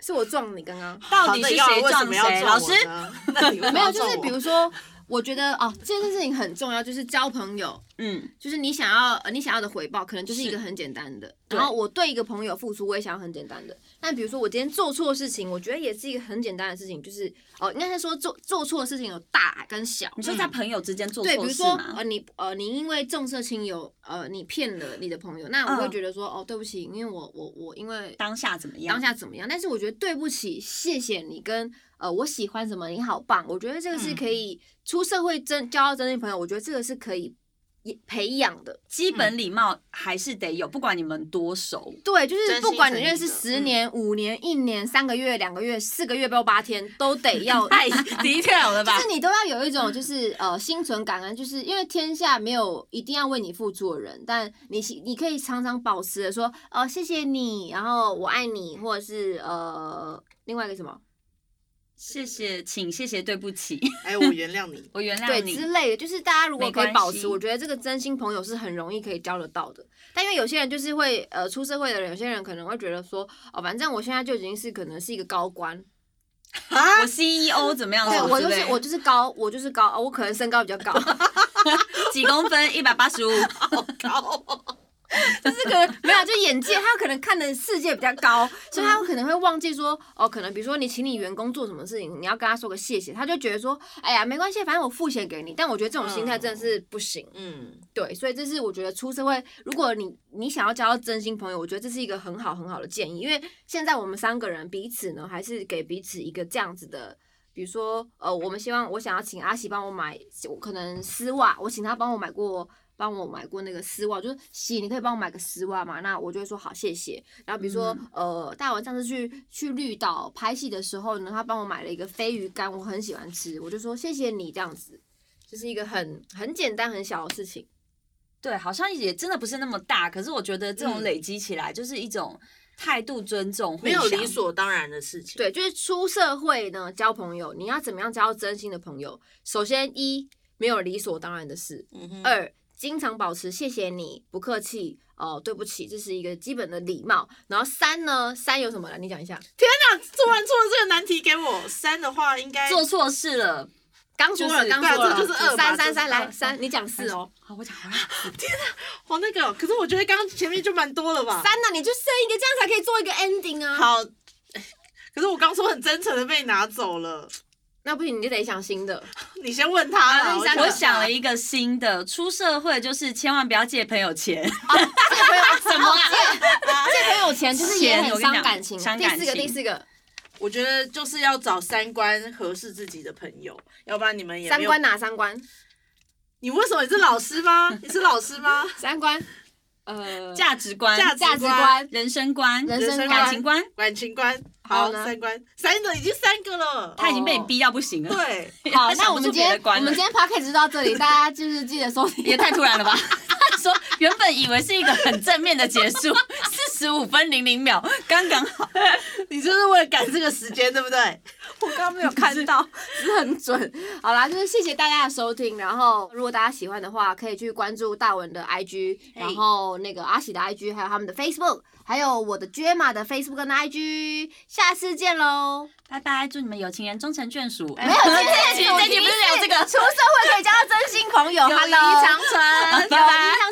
Speaker 3: 是我撞你刚 刚。
Speaker 4: 到
Speaker 2: 好
Speaker 4: 底是
Speaker 2: 那
Speaker 4: 谁
Speaker 2: 要为什
Speaker 4: 撞
Speaker 2: 么要
Speaker 4: 谁？
Speaker 2: 撞
Speaker 4: 老师，
Speaker 2: 我呢？那 你为什么
Speaker 3: 没有，
Speaker 2: 要
Speaker 3: 就
Speaker 2: 撞
Speaker 3: 是
Speaker 2: 我
Speaker 3: 比如说，我觉得哦，这件事情很重要，就是交朋友，
Speaker 4: 嗯，
Speaker 3: 就是你想要、呃、你想要的回报，可能就是一
Speaker 4: 是
Speaker 3: 个很简单的。
Speaker 4: 对
Speaker 3: 然后我对一个朋友付出，我也想要很简单的。但比如说我今天做错事情，我觉得也是一个很简单的事情，就是哦，应该是说做做错事情有大跟小。
Speaker 4: 你说在朋友之间做
Speaker 3: 对，比
Speaker 4: 错
Speaker 3: 如
Speaker 4: 事
Speaker 3: 说
Speaker 4: 吗
Speaker 3: 呃，？你呃，你因为重色轻友，呃，你骗了你的朋友，那我会
Speaker 4: 嗯
Speaker 3: 觉得说，哦，对不起，因为我我我因为
Speaker 4: 当下怎么样？
Speaker 3: 当下怎么样。但是我觉得对不起，谢谢你跟呃我喜欢什么，你好棒。我觉得这个是可
Speaker 4: 嗯
Speaker 3: 以出社会真交到真正朋友，我觉得这个是可以也培养的。
Speaker 4: 基本礼貌还是得有，不管你们多熟。
Speaker 3: 对，就是
Speaker 2: 真
Speaker 3: 不
Speaker 2: 心
Speaker 3: 管
Speaker 2: 诚
Speaker 3: 你
Speaker 2: 意
Speaker 3: 认识
Speaker 2: 的
Speaker 3: 十
Speaker 2: 嗯
Speaker 3: 年、五年、一年、三个月、两个月、四个月，不要八天，都得 要
Speaker 4: 太的确有了吧
Speaker 3: 就？是你都要有一种就是呃心存感恩，就是因为天下没有一定要为你付出的人，但你其你可以常常保持着说呃谢谢你，然后我爱你，或者是呃另外一个什么
Speaker 4: 谢谢，请谢谢，对不起，
Speaker 2: 哎，我原谅你，
Speaker 4: 我原谅
Speaker 3: 对
Speaker 4: 你
Speaker 3: 之。类的，就是大家如果
Speaker 4: 没
Speaker 3: 可以
Speaker 4: 关
Speaker 3: 保
Speaker 4: 系
Speaker 3: 持，我觉得这个真心朋友是很容易可以交得到的。但因为有些人就是会呃出社会的人，有些人可能会觉得说哦反正我现在就已经是可能是一个高官，
Speaker 4: 我 CEO E 怎么样？
Speaker 3: 对
Speaker 4: 什么
Speaker 3: 我
Speaker 4: 哦之
Speaker 3: 就是
Speaker 4: 类
Speaker 3: 我就是高我就是高、哦我可能身高比较高，
Speaker 4: 几公分，一百八十五。
Speaker 3: 就是可能没有，就眼界，他可能看的世界比较高，所以他可能会忘记说，哦，可能比如说你请你员工做什么事情，你要跟他说个谢谢，他就觉得说，哎呀，没关系，反正我付钱给你。但我觉得这种心态真的是不行，
Speaker 2: 嗯，
Speaker 3: 对，所以这是我觉得出社会，如果你你想要交到真心朋友，我觉得这是一个很好很好的建议，因为现在我们三个人彼此呢，还是给彼此一个这样子的。比如说，呃，我们希望我想要请阿喜帮我买，我可能丝袜，我请他帮我买过，帮我买过那个丝袜，就是喜，你可以帮我买个丝袜嘛？那我就会说好，谢谢。然后比如说，呃，大文上次去去绿岛拍戏的时候呢，他帮我买了一个鲱鱼干，我很喜欢吃，我就说谢谢你这样子，就是一个很很简单很小的事情。
Speaker 4: 对，好像也真的不是那么大，可是我觉得这种
Speaker 2: 嗯
Speaker 4: 累积起来就是一种态度尊重，
Speaker 2: 没有
Speaker 4: 互相
Speaker 2: 理所当然的事情。
Speaker 3: 对，就是出社会呢，交朋友，你要怎么样交到真心的朋友？首先一，没有理所当然的事；
Speaker 2: 嗯哼，
Speaker 3: 二，经常保持谢谢你，不客气，哦、对不起，这是一个基本的礼貌。然后三呢，三有什么呢？你讲一下。
Speaker 2: 那啊突然出了这个难题给我，三的话应该
Speaker 4: 做错事了。
Speaker 3: 刚说
Speaker 2: 就
Speaker 3: 了，
Speaker 2: 是
Speaker 3: 刚
Speaker 2: 对啊
Speaker 3: 说了，
Speaker 2: 这就是二吧
Speaker 3: 三三三
Speaker 2: 这是
Speaker 3: 来
Speaker 2: 二
Speaker 3: 三，你讲四哦。
Speaker 4: 好，我讲完了。
Speaker 2: 哦那个，可是我觉得刚刚前面就蛮多了吧。
Speaker 3: 三呢，你就剩一个，这样才可以做一个 ending 啊。，
Speaker 2: 好， 可是我刚说很真诚的被拿走了，
Speaker 3: 那不行，你就得想新的。
Speaker 2: 啊你先问他
Speaker 3: 好那
Speaker 2: 啦。
Speaker 3: 第三个
Speaker 4: 我想了一个新的，出社会就是千万不要借朋友 钱。
Speaker 3: 什 么啊？这很有钱，就是也
Speaker 4: 钱
Speaker 3: 很
Speaker 4: 我跟
Speaker 3: 伤
Speaker 4: 你讲
Speaker 3: 感情。
Speaker 4: 伤
Speaker 3: 第
Speaker 4: 感
Speaker 3: 四个，
Speaker 4: 情
Speaker 3: 第四个，
Speaker 2: 我觉得就是要找三观合适自己的朋友，要不然你们也没有
Speaker 3: 三观。哪啊三观？
Speaker 2: 你为什么你是老师吗？ 你是老师吗？
Speaker 3: 三观，呃，
Speaker 4: 价值观、
Speaker 2: 价
Speaker 3: 价值
Speaker 2: 值
Speaker 3: 观、
Speaker 4: 人生观、
Speaker 3: 人
Speaker 2: 生
Speaker 3: 生
Speaker 2: 观
Speaker 4: 感情
Speaker 3: 观。哦
Speaker 4: 观，
Speaker 2: 感情观，
Speaker 3: 好
Speaker 2: 好
Speaker 3: 呢
Speaker 2: 三观，三个已经三个了。
Speaker 4: 他已经被你逼到不行了。
Speaker 2: 对，
Speaker 3: 好，
Speaker 4: 他
Speaker 3: 啊那
Speaker 4: 想
Speaker 3: 我
Speaker 4: 不
Speaker 3: 们
Speaker 4: 出
Speaker 3: 今
Speaker 4: 别
Speaker 3: 天
Speaker 4: 的
Speaker 3: 我
Speaker 4: 观
Speaker 3: 们
Speaker 4: 了
Speaker 3: 今天 p o d c a s 就到这里，大家就是记得收听。
Speaker 4: 也太突然了吧！ 说原本以为是一个很正面的结束，四十五分零零秒，刚刚好。
Speaker 2: 你就是为了赶这个时间，对不对？
Speaker 3: 我刚刚没有看到，只是很准。 好啦，就是谢谢大家的收听。然后，如果大家喜欢的话，可以去关注大文的 IG，然后那个阿喜的 IG，还有他们的 Facebook，还有我的 j e m a 的 Facebook 跟 IG。下次见喽！
Speaker 4: 拜拜，祝你们有情人终成眷属。
Speaker 3: 没有，这
Speaker 4: 这集不是聊这个
Speaker 3: 出社会可以交到真心朋
Speaker 4: 友
Speaker 3: 友
Speaker 4: 谊
Speaker 3: ，Hello，
Speaker 4: 长存
Speaker 3: 友 谊
Speaker 4: 拜拜
Speaker 3: 长